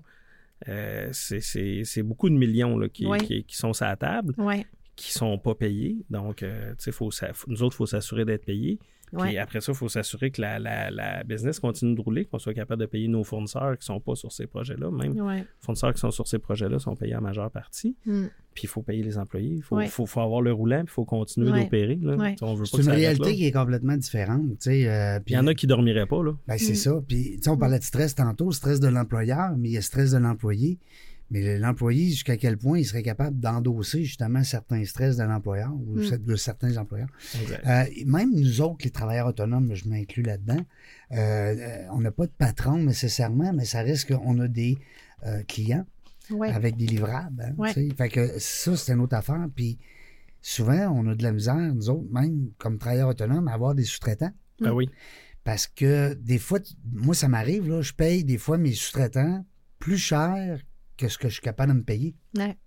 euh, c'est- c'est c'est beaucoup de millions là, qui,
Ouais.
qui- qui sont sur la table,
euh, ouais,
qui sont pas payés. Donc, euh, tu sais, faut s'a- nous autres, il faut s'assurer d'être payés.
ouais.
Puis après ça, il faut s'assurer que la, la- la business continue de rouler, qu'on soit capable de payer nos fournisseurs qui ne sont pas sur ces projets-là. Même les
ouais.
fournisseurs qui sont sur ces projets-là sont payés en majeure partie.
Mm.
Puis il faut payer les employés. Il faut,
Ouais.
faut, faut avoir le roulant, puis il faut continuer
Ouais.
d'opérer. là.
Ouais.
Tu sais, On veut pas
C'est
que
une
ça arrête
réalité
là.
qui est complètement différente. tu sais, euh,
Il
puis-
y en a qui ne dormiraient pas. Là.
Ben,
Mm.
c'est ça. Puis, tu sais, on parlait de stress tantôt, stress de l'employeur, mais il y a stress de l'employé. Mais le- l'employé, jusqu'à quel point il serait capable d'endosser justement certains stress de l'employeur ou
Mm.
de certains employeurs.
Exact.
Euh, même nous autres, les travailleurs autonomes, je m'inclus là-dedans, euh, euh, on n'a pas de patron nécessairement, mais ça reste qu'on a des euh, clients
ouais.
avec des livrables. hein,
Ouais.
tu sais. Fait que ça, c'est une autre affaire. Puis souvent, on a de la misère, nous autres, même comme travailleurs autonomes, à avoir des sous-traitants.
Ah oui.
Parce que des fois, tu- moi, ça m'arrive, là, je paye des fois mes sous-traitants plus cher que ce que je suis capable de me payer.
Ouais.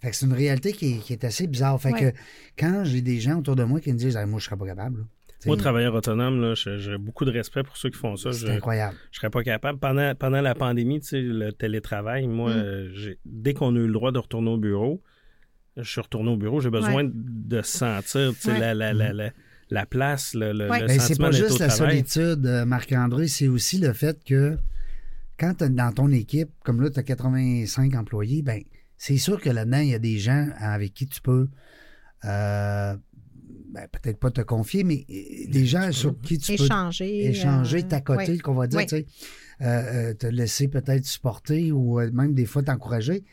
Fait que c'est une réalité qui est, qui est assez bizarre. Fait
Ouais.
que quand j'ai des gens autour de moi qui me disent Ah, Moi, je serais pas capable là. Tu
Moi,
sais,
travailleur autonome, là, j'ai j'ai beaucoup de respect pour ceux qui font ça. Je
c'est incroyable.
ne serais pas capable. Pendant, pendant la pandémie, tu sais, le télétravail, moi,
Mm.
euh, j'ai- dès qu'on a eu le droit de retourner au bureau, je suis retourné au bureau. J'ai besoin de sentir tu sais,
Ouais.
la, la, la, la, la place, le, le,
Ouais.
le
Ben, c'est
sentiment
pas
d'être au
juste la
travail.
solitude, euh, Marc-André, c'est aussi le fait que quand tu dans ton équipe, comme là, tu as 85 employés, ben c'est sûr que là-dedans, il y a des gens avec qui tu peux euh, ben, peut-être pas te confier, mais
Ben,
euh, des gens sur qui tu peux
Échanger.
échanger,
euh,
t'accoter,
ouais.
qu'on va dire,
Oui.
tu sais, euh, euh, te laisser peut-être supporter ou euh, même des fois t'encourager,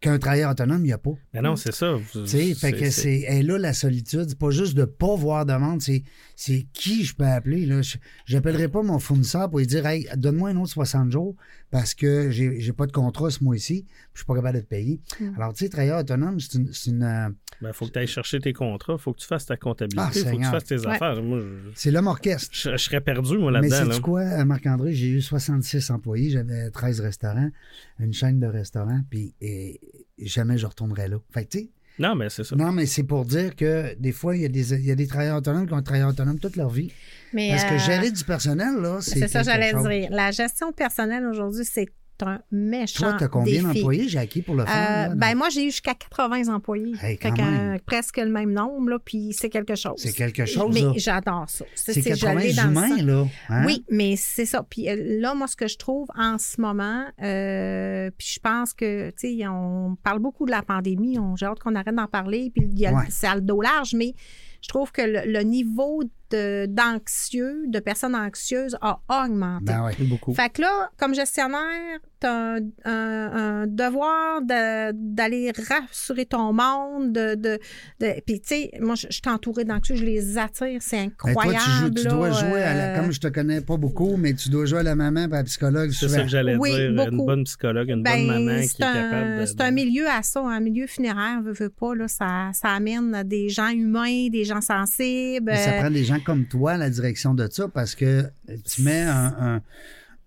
qu'un travailleur autonome, il n'y a pas.
Mais non, c'est ça. Vous-
Tu sais, fait que
c'est-
c'est et là la solitude, c'est pas juste de pas voir de monde, c'est c'est qui je peux appeler là. Je- J'appellerai pas mon fournisseur pour lui dire hey, donne-moi un autre 60 jours parce que j'ai j'ai pas de contrat ce mois-ci, puis je suis pas capable de te payer.
Mm.
Alors tu sais, travailleur autonome, c'est une, c'est une, euh,
ben, faut que tu ailles chercher tes contrats, faut que tu fasses ta comptabilité,
Ah,
faut que tu
Seigneur.
fasses tes
Ouais.
affaires. Moi, je,
c'est l'homme orchestre.
je- je serais perdu, moi,
Mais
là-dedans.
c'est
là.
quoi, euh, Marc-André, j'ai eu 66 employés, j'avais 13 restaurants, une chaîne de restaurants, puis et, et jamais je retournerai là. Fait que, tu sais,
Non, mais c'est ça.
non, mais c'est pour dire que des fois, il y, a des, il y a des travailleurs autonomes qui ont travaillé autonome toute leur vie.
Mais,
Parce que
euh,
gérer du personnel, là, c'est.
C'est ça,
quelque
j'allais
chose.
dire. La gestion personnelle aujourd'hui, c'est un méchant.
Toi, t'as combien
défi.
d'employés j'ai acquis pour le faire?
Euh,
là,
ben
dans-
moi, j'ai eu jusqu'à 80 employés.
Hey,
Fait
quand
que,
même.
euh, presque le même nombre, là, puis c'est quelque chose.
c'est quelque chose,
Mais
là.
j'adore ça. Ça,
C'est
je
80
l'ai dans le sang.
humains, là. hein?
Oui, mais c'est ça. Puis euh, là, moi, ce que je trouve en ce moment, euh, puis je pense que, tu sais, on parle beaucoup de la pandémie, on, j'ai hâte qu'on arrête d'en parler, puis il y a,
Ouais.
ça a le dos large, mais je trouve que le, le niveau de- d'anxieux, de, personnes anxieuses a augmenté.
Ben ouais.
Beaucoup.
Fait que là, comme gestionnaire, tu as un, un- un devoir de- d'aller rassurer ton monde. De, de, de- Puis, tu sais, moi, je je suis entourée d'anxieux, je les attire, c'est
Ben, toi,
incroyable.
tu, joues- tu
là,
dois jouer à
euh,
la. Comme je te connais pas beaucoup, mais tu dois jouer à la maman et à la psychologue
C'est ça
souvent.
que j'allais
Oui,
dire. Une
beaucoup.
bonne psychologue, une
ben,
bonne maman qui est
c'est un-
capable de.
C'est un milieu à ça, un milieu funéraire, veux, veux pas, là, ça, ça amène à des gens humains, des gens sensibles.
Mais ça
euh,
prend des gens comme toi à la direction de ça parce que tu mets un,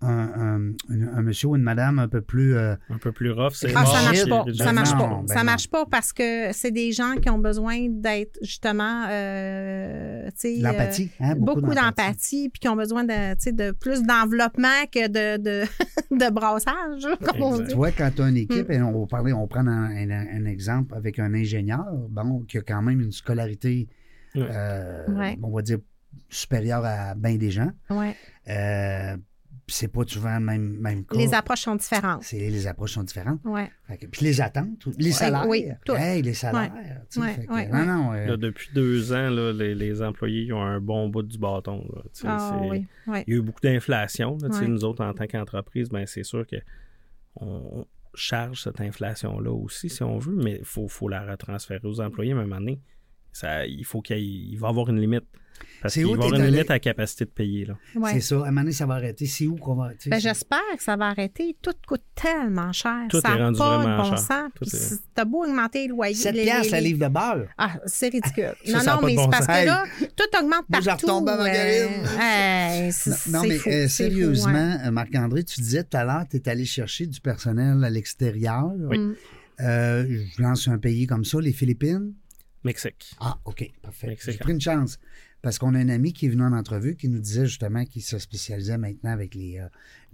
un, un, un- un- un monsieur ou une madame un peu plus. euh,
Un peu plus rough, c'est
Ah, ça
mort,
marche
c'est
pas.
Ben
rigide.
ça marche
non,
pas.
ben
ça
non.
marche pas parce que c'est des gens qui ont besoin d'être justement, euh, tu sais,
de l'empathie. hein,
euh, beaucoup, d'empathie, puis qui ont besoin de, tu sais, de plus d'enveloppement que de, de, de brassage, là, comme on
Exact.
Tu
dit.
vois, quand tu as une équipe, et on, va parler- on prend un, un- un exemple avec un ingénieur, bon, qui a quand même une scolarité,
Ouais.
euh,
Ouais.
on va dire, supérieure à bien des gens.
Ouais.
Euh, puis c'est pas souvent le même, même cas.
Les approches sont différentes.
C'est- les approches sont différentes.
Ouais.
Fait que- puis les attentes, les salaires.
oui, tout.
Hey, les salaires. tu sais,
Ouais,
fait que-
ouais,
non,
ouais.
non. euh,
Là, depuis deux ans, là, les, les employés ils ont un bon bout du bâton. là. Tu sais,
Ah
c'est-
oui, oui.
Il y a eu beaucoup d'inflation. là. Tu sais,
Ouais.
Nous autres, en tant qu'entreprise, ben, c'est sûr que on charge cette inflation-là aussi, si on veut, mais il faut, faut la retransférer aux employés à un moment donné. Ça, il faut qu'il y ait- il va avoir une limite. Parce
C'est
qu'il va
où
avoir
t'es
une
allé?
limite à la capacité de payer. Là.
ouais.
C'est ça. À un moment donné, ça va arrêter. C'est où qu'on va. tu sais,
Ben,
c'est-
j'espère que ça va arrêter. Tout coûte tellement cher.
Tout
ça
est
n'a
rendu
pas
vraiment
de bon
cher.
sens.
Tout
Puis
est-
si T'as beau augmenter les loyers.
7
les-
piastres la
les-
livre de beurre.
Ah, c'est ridicule.
Ça,
non,
ça a
non,
pas de
mais
bon
c'est parce
sens.
que là, tout augmente
Moi, je
partout.
retombe à Margarine.
euh, hey, c'est-
Non, non,
c'est
mais
fou,
euh,
c'est fou, ouais.
sérieusement, euh, Marc-André, tu disais tout à l'heure, tu es allé chercher du personnel à l'extérieur.
Mm.
Euh, je lance un pays comme ça, les Philippines.
Mexique.
Ah, OK, parfait.
Mexicain.
J'ai pris une chance. Parce qu'on a un ami qui est venu en entrevue qui nous disait justement qu'il se spécialisait maintenant avec les, euh,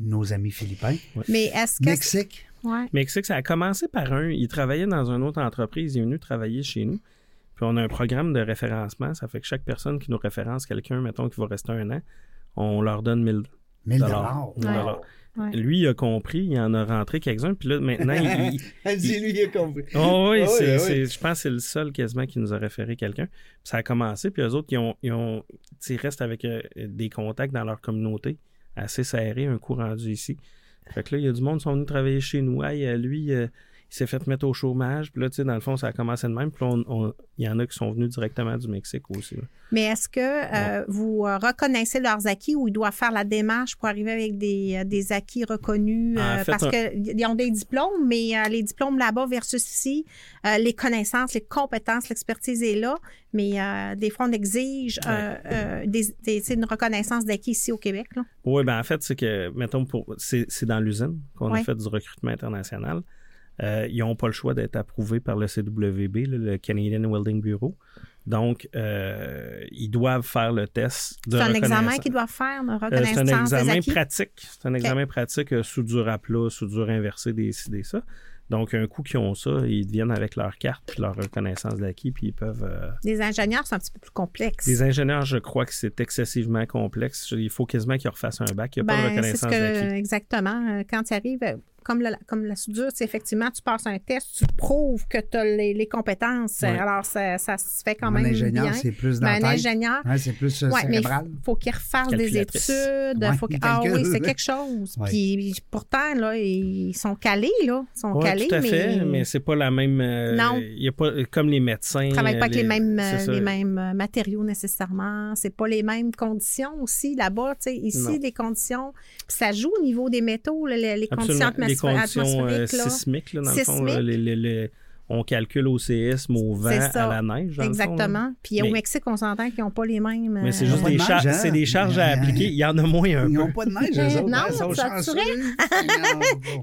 nos amis philippins.
Mais est-ce que.
Mexique,
Ouais.
Mexique, ça a commencé par un. Il travaillait dans une autre entreprise. Il est venu travailler chez nous. Puis on a un programme de référencement. Ça fait que chaque personne qui nous référence quelqu'un, mettons, qui va rester un an, on leur donne 1000
1000
dollars. Mm.
dollars.
Mille
Ouais.
dollars.
Ouais.
Lui, il a compris. Il en a rentré quelques-uns. Puis là, maintenant, il. il-
lui, Ah, il a compris.
Oh
Ah
oui,
oui,
c'est-
ah oui.
c'est- je pense que c'est le seul quasiment qui nous a référé quelqu'un. Puis ça a commencé. Puis eux autres, ils, ont, ils, ont, tu sais, ils restent avec euh, des contacts dans leur communauté assez serré, un coup rendu ici. Fait que là, il y a du monde qui sont venus travailler chez nous. Hey, euh, lui, euh, il s'est fait mettre au chômage. Puis là, tu sais, dans le fond, ça a commencé de même. Puis là, on- on- il y en a qui sont venus directement du Mexique aussi. là.
Mais est-ce que euh, vous euh, reconnaissez leurs acquis ou ils doivent faire la démarche pour arriver avec des, euh, des acquis reconnus?
En
euh,
fait,
parce
un-
qu'ils ont des diplômes, mais euh, les diplômes là-bas versus ici, euh, les connaissances, les compétences, l'expertise est là, mais euh, des fois, on exige euh, euh, des- des- tu sais, une reconnaissance d'acquis ici au Québec. là.
Oui, ben en fait, c'est que, mettons, pour c'est c'est dans l'usine qu'on a
Ouais.
fait du recrutement international. Euh, ils n'ont pas le choix d'être approuvés par le CWB, là, le Canadian Welding Bureau. Donc, euh, ils doivent faire le test de
C'est un examen
reconnaissance.
qu'ils doivent faire, de
Euh,
reconnaissance
C'est un
des
examen
acquis.
pratique. C'est un examen pratique, euh, soudure à plat, soudure inversée, des, ci, des ça. Donc, un coup qu'ils ont ça, ils viennent avec leur carte puis leur reconnaissance d'acquis, puis ils peuvent... euh,
Les ingénieurs sont un petit peu plus complexes.
Les ingénieurs, je crois que c'est excessivement complexe. Il faut quasiment qu'ils refassent un bac. Il n'y a pas de
Ben, c'est ce
reconnaissance d'acquis.
que, exactement. euh, Quand tu arrives, euh, comme la, comme la soudure, c'est effectivement, tu passes un test, tu prouves que tu as les, les compétences.
Ouais.
Alors, ça, ça se fait quand
Un
même
ingénieur,
bien.
c'est plus dans
Ben,
la
un
tête.
ingénieur,
Hein, c'est plus euh,
ouais, mais
cérébral.
il faut qu'il refasse des
Calculatrice.
études.
Ouais,
faut que-
il
ah
calcule,
oui, c'est
là.
quelque chose.
Ouais.
Puis pourtant, là, ils sont calés, là. Ils sont
Oui,
calés,
tout à
mais
fait, mais c'est pas la même. euh,
Non.
Il y a pas comme les médecins.
ils ne travaillent pas
euh,
avec les, mêmes, euh,
c'est ça.
les mêmes euh, matériaux nécessairement. C'est pas les mêmes conditions aussi là-bas. tu sais. Ici,
Non.
les conditions. Puis ça joue au niveau des métaux, là, les, les conditions
Absolument. Les
atmosphé-
conditions euh,
atmosphériques. là.
sismiques, là, dans le fond,
Sismiques.
là, les- les- les- on calcule au séisme, au vent,
C'est ça.
à la neige. dans le fond, là.
Exactement. Puis
Mais-
au Mexique, on s'entend qu'ils n'ont pas les mêmes.
Mais c'est
euh,
juste
pas de
des,
neige,
char-
hein?
c'est des charges à appliquer. Il y en a moins un
Ils
peu.
n'ont pas de neige, eux
Euh,
autres.
non,
hein, ils sont
ça
chanceux.
serait.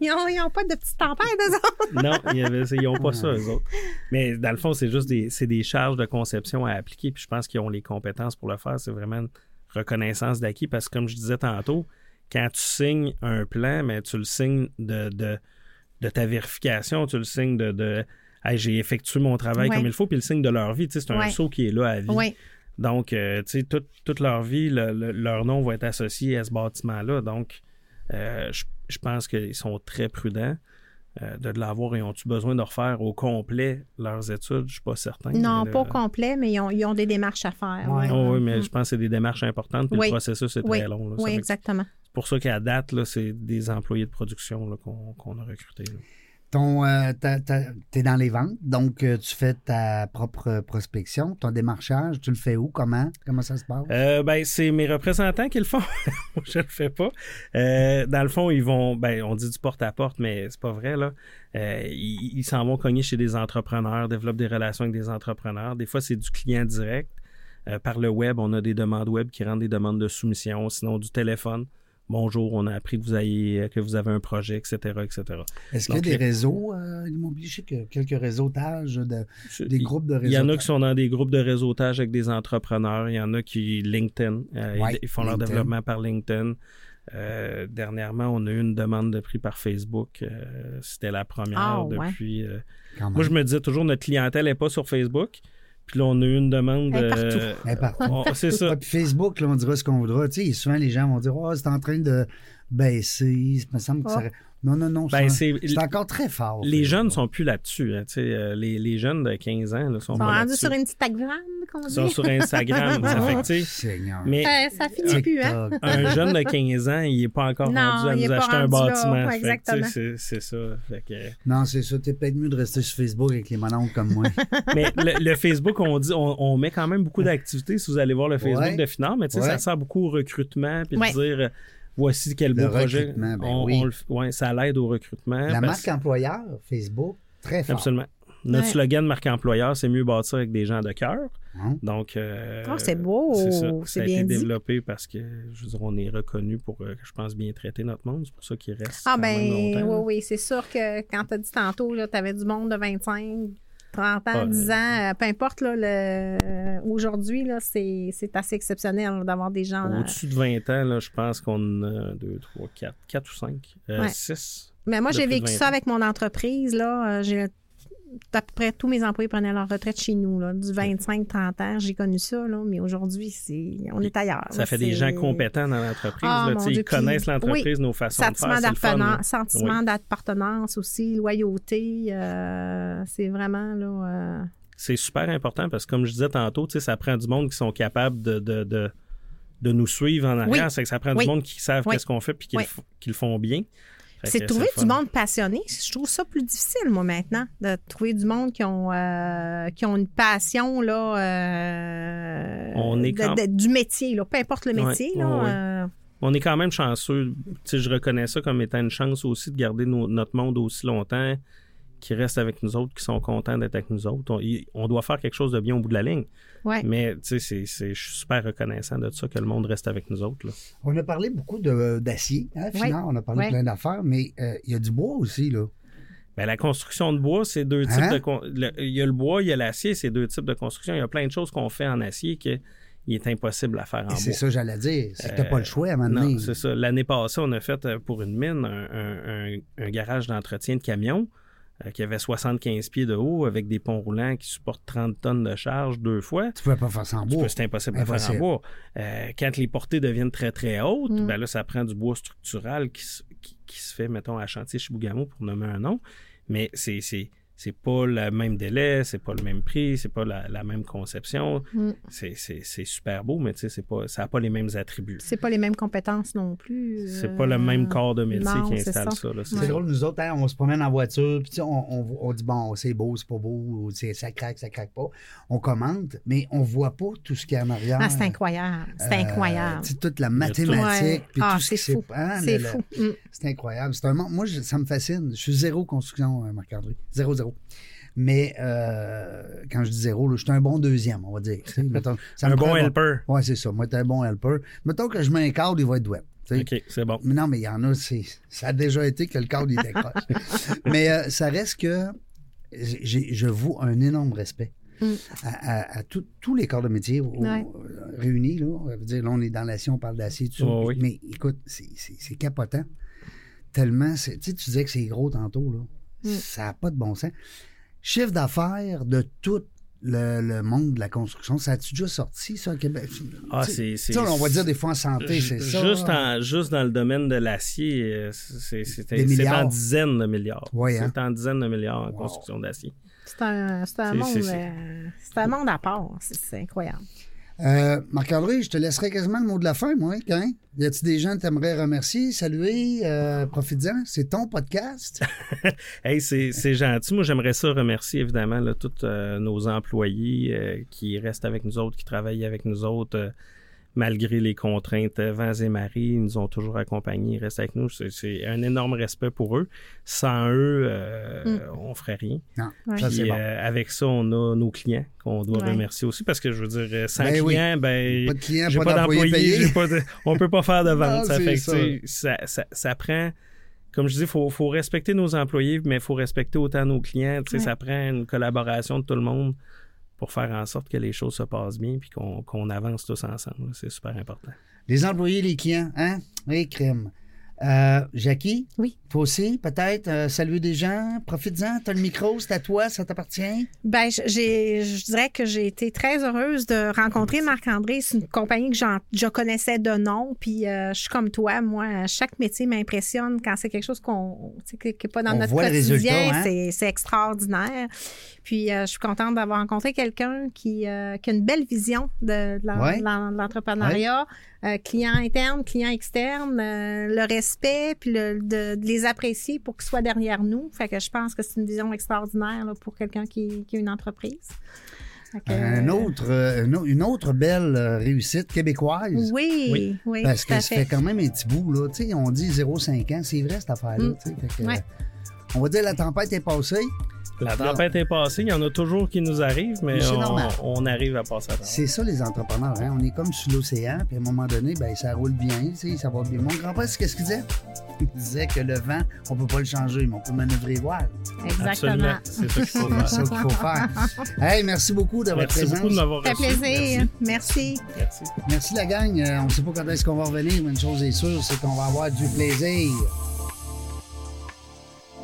Non,
Ils n'ont pas de petites tempêtes, eux autres.
non, il y avait- ils n'ont pas ça, eux autres. Mais dans le fond, c'est juste des, c'est des charges de conception à appliquer. Puis je pense qu'ils ont les compétences pour le faire. C'est vraiment une reconnaissance d'acquis parce que, comme je disais tantôt, quand tu signes un plan, mais tu le signes de, de, de ta vérification, tu le signes de. de Hey, j'ai effectué mon travail
Ouais.
comme il faut, puis le signe de leur vie. Tu sais, C'est un
Ouais.
saut qui est là à vie.
Oui,
Donc, euh, tu sais, toute, toute leur vie, le- le- leur nom va être associé à ce bâtiment-là. Donc, euh, je, je pense qu'ils sont très prudents. euh, de l'avoir et ont-tu besoin de refaire au complet leurs études? Je ne suis pas certain.
Non,
Mais
pas au
le-
complet, mais ils ont, ils ont des démarches à faire.
Ouais.
Oh oui, mais
Mm.
je pense que c'est des démarches importantes. Puis
Oui.
le processus est
Oui.
très long. là. Ça
Oui,
fait que
exactement.
C'est pour ça qu'à date, là, c'est des employés de production là, qu'on qu'on a recrutés. là.
Ton, euh, ta- ta- t'es dans les ventes, donc euh, tu fais ta propre prospection, ton démarchage, tu le fais où, comment, comment ça se passe?
Euh, ben, c'est mes représentants qui le font. Moi, je le fais pas. Euh, dans le fond, ils vont, ben, on dit du porte-à-porte, mais c'est pas vrai, là. Euh, ils ils s'en vont cogner chez des entrepreneurs, développent des relations avec des entrepreneurs. Des fois, c'est du client direct. Euh, par le web, on a des demandes web qui rendent des demandes de soumission, sinon du téléphone. Bonjour, on a appris que vous, ayez, que vous avez un projet, etc., etc.
Est-ce qu'il y a
donc,
des
les-
réseaux? euh, ils m'ont obligé que quelques réseautages, de, des
Il-
groupes de
Il
réseaux.
y en a qui sont dans des groupes de réseautage avec des entrepreneurs. Il y en a qui LinkedIn. euh, ils-
Ouais,
ils font leur
LinkedIn.
développement par LinkedIn. Euh, dernièrement, on a eu une demande de prix par Facebook. Euh, C'était la première
Ah, ouais.
depuis. euh,
quand
Moi,
même.
je me disais toujours notre clientèle n'est pas sur Facebook. Puis là, on a eu une demande.
Elle est
euh,
Mais par-
on- C'est ça.
Ouais, puis Facebook, là, on dira ce qu'on voudra. Tu sais, souvent, les gens vont dire Oh, c'est en train de baisser. Il me semble que ça. Non, non, non.
Ben,
c'est
c'est-
c'est encore très fort.
Les
Facebook.
jeunes sont plus là-dessus. hein, tu sais, euh, les, les jeunes de 15 ans là, sont,
Ils sont
pas
rendus
là-dessus.
sur Instagram, qu'on
Ils
dit.
sont sur Instagram. ça fait que, tu sais,
Ah, Seigneur.
mais
Euh, ça finit plus, hein?
TikTok.
un jeune de 15 ans, il n'est pas encore
Non,
rendu à
il est
nous
pas
acheter un
rendu là,
bâtiment.
ouais,
Fait que, tu sais,
exactement.
c'est- c'est ça. Fait que-
Non, c'est ça. T'es peut-être mieux de rester sur Facebook avec les mononcles comme moi.
Mais le, le Facebook, on, dit, on, on met quand même beaucoup d'activités si vous allez voir le Facebook
Ouais.
de Finard, mais tu sais,
Ouais.
ça sert beaucoup au recrutement puis
Ouais.
de dire euh, voici quel
Le
beau projet.
recrutement, ben
on,
oui.
on le f- ouais, ça l'aide au recrutement.
La
parce-
marque employeur, Facebook, très fort.
Absolument. Notre
Ouais.
slogan de marque employeur, c'est mieux bâtir avec des gens de cœur.
Hein?
Donc, euh,
Oh, c'est beau.
c'est ça.
C'est
Ça a
bien
été
dit.
développé parce que, je veux dire, on est reconnu pour, euh, je pense, bien traiter notre monde. C'est pour ça qu'il reste.
Ah
quand
ben
même
oui,
longtemps, là.
oui, c'est sûr que quand t'as dit tantôt, tu avais du monde de 25, 30 ans,
Ah,
10 ans, euh, peu importe, là, le... euh, aujourd'hui, là, c'est c'est assez exceptionnel là, d'avoir des gens. euh, là.
Au-dessus de 20 ans, là, je pense qu'on a 2, 3, 4, 4 ou euh, 5,
Ouais.
6.
Mais moi,
de
j'ai
plus de
vécu
20
ça
ans.
avec mon entreprise. Là, Euh, j'ai à peu près tous mes employés prenaient leur retraite chez nous, là, du 25-30 ans. J'ai connu ça, là, mais aujourd'hui, c'est on est ailleurs. là,
Ça fait des
Ah, c'est-
gens compétents dans l'entreprise.
Ah,
là,
mon
tu sais,
Dieu,
ils connaissent
puis-
l'entreprise, nos façons de
Sentiment
faire. c'est le fun, là.
d'appartenance, sentiment d'appartenance aussi, loyauté, euh, c'est vraiment là. euh,
C'est super important parce que, comme je disais tantôt, tu sais, ça prend du monde qui sont capables de, de, de, de nous suivre en arrière.
Oui.
C'est que ça prend
Oui.
du monde qui savent
Oui.
qu'est-ce qu'on fait puis qu'ils
Oui.
le f- qu'ils le font bien. Fait
C'est
que
de trouver
le
du
fun.
monde passionné. Je trouve ça plus difficile, moi, maintenant, de trouver du monde qui ont, euh, qui ont une passion, là, euh,
On est
de-
quand-
de- du métier, là, peu importe le
Ouais,
métier,
ouais,
là.
ouais.
euh,
On est quand même chanceux. Tu sais, je reconnais ça comme étant une chance aussi de garder nos- notre monde aussi longtemps, qui reste avec nous autres, qui sont contents d'être avec nous autres. On, y- on doit faire quelque chose de bien au bout de la ligne.
ouais.
Mais tu sais, c'est- c'est- je suis super reconnaissant de ça que le monde reste avec nous autres. là.
On a parlé beaucoup de- d'acier, hein,
Ouais.
finalement. On a parlé
Ouais.
de plein d'affaires, mais euh, il y a du bois aussi, là.
Ben, la construction de bois, c'est deux
Hein?
types de. con- le- Il y a le bois, il y a l'acier, c'est deux types de construction. Il y a plein de choses qu'on fait en acier qu'il est impossible à faire
Et
en bois.
c'est ça, j'allais dire. C'est que t'as
Euh,
pas le choix à un moment donné.
Non, c'est ça. L'année passée, on a fait euh, pour une mine un, un- un- un garage d'entretien de camions euh, qui avait 75 pieds de haut avec des ponts roulants qui supportent 30 tonnes de charge deux fois.
Tu pouvais pas faire sans
Tu
bois.
peux- C'est impossible à faire en
Impossible.
bois. Euh, quand les portées deviennent très, très hautes,
Mm.
ben là, ça prend du bois structural qui, se- qui- qui se fait, mettons, à chantier chez Bougamo pour nommer un nom. Mais c'est. c'est c'est pas le même délai, c'est pas le même prix, c'est pas la, la même conception.
Mm.
C'est- C'est c'est super beau, mais tu sais, c'est pas, ça n'a pas les mêmes attributs.
C'est pas les mêmes compétences non plus. euh,
C'est pas le même corps de métier
non,
qui
c'est
installe
ça.
ça. là.
C'est
Ouais.
drôle, nous autres, hein, on se promène en voiture, puis tu sais, on, on- on dit bon, c'est beau, c'est pas beau, c'est- ça craque, ça craque pas. On commente, mais on voit pas tout ce qu'il y a en arrière.
Ah, c'est incroyable. C'est
Euh,
incroyable.
tu sais, toute la
y a tout.
mathématique,
Ouais.
puis
Ah,
tout ce
c'est
qui s'est
fou.
hein,
C'est
le- le-
fou. Mm.
C'est incroyable. C'est un monde- Moi, je- ça me fascine. Je suis zéro construction, euh, Marc-André. Zéro, zéro. Mais euh, quand je dis zéro, là, je suis un bon deuxième, on va dire. Tu sais, mettons, ça me
un
prend
bon
un
helper.
Ouais, c'est ça. Moi, t'es un bon helper. Mettons que je mets un cadre, il va être web. tu sais.
OK, c'est bon.
Mais non, mais il y en a, c'est, ça a déjà été que le cadre, il décroche. mais euh, ça reste que j'ai- je vous un énorme respect
Mm.
à, à- à tout- tous les corps de métier au-
Ouais.
réunis. Là, on, veut dire, là, on est dans l'acier, on parle d'acier, tout ça.
Ouais, Oh, oui.
Mais écoute, c'est, c'est- c'est capotant. Tellement, c'est- tu sais, tu disais que c'est gros tantôt. Là.
Mm.
Ça n'a pas de bon sens. Chiffre d'affaires de toutes le, le monde de la construction, ça a-tu déjà sorti, ça, au Québec?
Ah,
Tu sais,
c'est- c'est-
tu sais, on va dire des fois en santé,
Ju-
c'est ça. hein.
Juste, en- juste dans le domaine de l'acier, euh, c'est c'est-
Des
c'est
milliards.
en dizaines de milliards.
Ouais, hein.
C'est en dizaines de milliards en construction d'acier.
C'est un, c'est un
C'est-
monde.
c'est- c'est-
euh, C'est un monde à part. C'est- C'est incroyable.
Euh, Marc-André, je te laisserai quasiment le mot de la fin, moi. Hein? Y a-tu des gens que t'aimerais remercier, saluer, euh, profites-en? C'est ton podcast.
Hey, c'est c'est gentil. Moi, j'aimerais ça remercier évidemment là, tous euh, nos employés euh, qui restent avec nous autres, qui travaillent avec nous autres. euh, Malgré les contraintes, euh, vents et marées, ils nous ont toujours accompagnés, ils restent avec nous. C'est- C'est un énorme respect pour eux. Sans eux, euh, on ferait rien.
Non,
Ouais.
ça, Ah, c'est
Puis,
bon.
euh, avec ça, on a nos clients qu'on doit
Ouais.
remercier aussi parce que je veux dire, euh, sans
Ben oui.
clients, ben,
Pas de clients,
j'ai
pas d'employés payés.
j'ai pas de- on peut pas faire de vente.
Non,
ça,
c'est
fait que,
ça.
tu sais, ça- ça- ça prend, comme je dis, il faut, faut respecter nos employés, mais il faut respecter autant nos clients. Tu sais,
Ouais.
Ça prend une collaboration de tout le monde pour faire en sorte que les choses se passent bien puis qu'on qu'on avance tous ensemble. C'est super important.
Les employés, les clients, hein? Les crimes. Euh, Jackie?
Oui.
Toi aussi, peut-être, euh, saluer des gens, profites-en, t'as le micro, c'est à toi, ça t'appartient.
Ben, j- j'ai, je dirais que j'ai été très heureuse de rencontrer Marc-André. C'est une compagnie que j'en- je connaissais de nom. Puis, euh, je suis comme toi. Moi, chaque métier m'impressionne quand c'est quelque chose qu'on, tu sais, qui n'est pas dans
On
notre
voit le
quotidien.
résultat, hein?
c'est, c'est extraordinaire. Puis, euh, je suis contente d'avoir rencontré quelqu'un qui, euh, qui a une belle vision de, de l'en-
Ouais.
de l'en- de l'entrepreneuriat. Euh, client interne, client externe, euh, le respect, puis le- de, de les apprécier pour qu'ils soient derrière nous. Fait que je pense que c'est une vision extraordinaire là, pour quelqu'un qui, qui a une entreprise. Fait que,
Un autre, euh, un au- une autre belle euh, réussite québécoise.
Oui, oui,
Oui.
Parce
tout à
que ça
fait.
fait quand même un petit bout, là. Tu sais, on dit 0,5 ans, c'est vrai cette affaire-là.
Mm.
tu sais, fait que,
Ouais.
euh, On va dire la tempête est passée.
La tempête est passée, il y en a toujours qui nous arrivent, mais
Mais c'est
on,
normal.
on arrive à passer à travers.
C'est ça, les entrepreneurs. hein. On est comme sur l'océan, puis à un moment donné, ben, ça roule bien, tu sais, ça va bien. Mon grand-père, c'est qu'est-ce qu'il disait? Il disait que le vent, on peut pas le changer, mais on peut manœuvrer voir.
Exactement.
Absolument. C'est ça qu'il faut
C'est
faire.
ça qu'il faut faire. Hey, merci beaucoup de votre
Merci
présence.
beaucoup de m'avoir
Ça fait
reçu.
plaisir. Merci.
Merci. Merci.
Merci la gang. Euh, on ne sait pas quand est-ce qu'on va revenir, mais une chose est sûre, c'est qu'on va avoir du plaisir.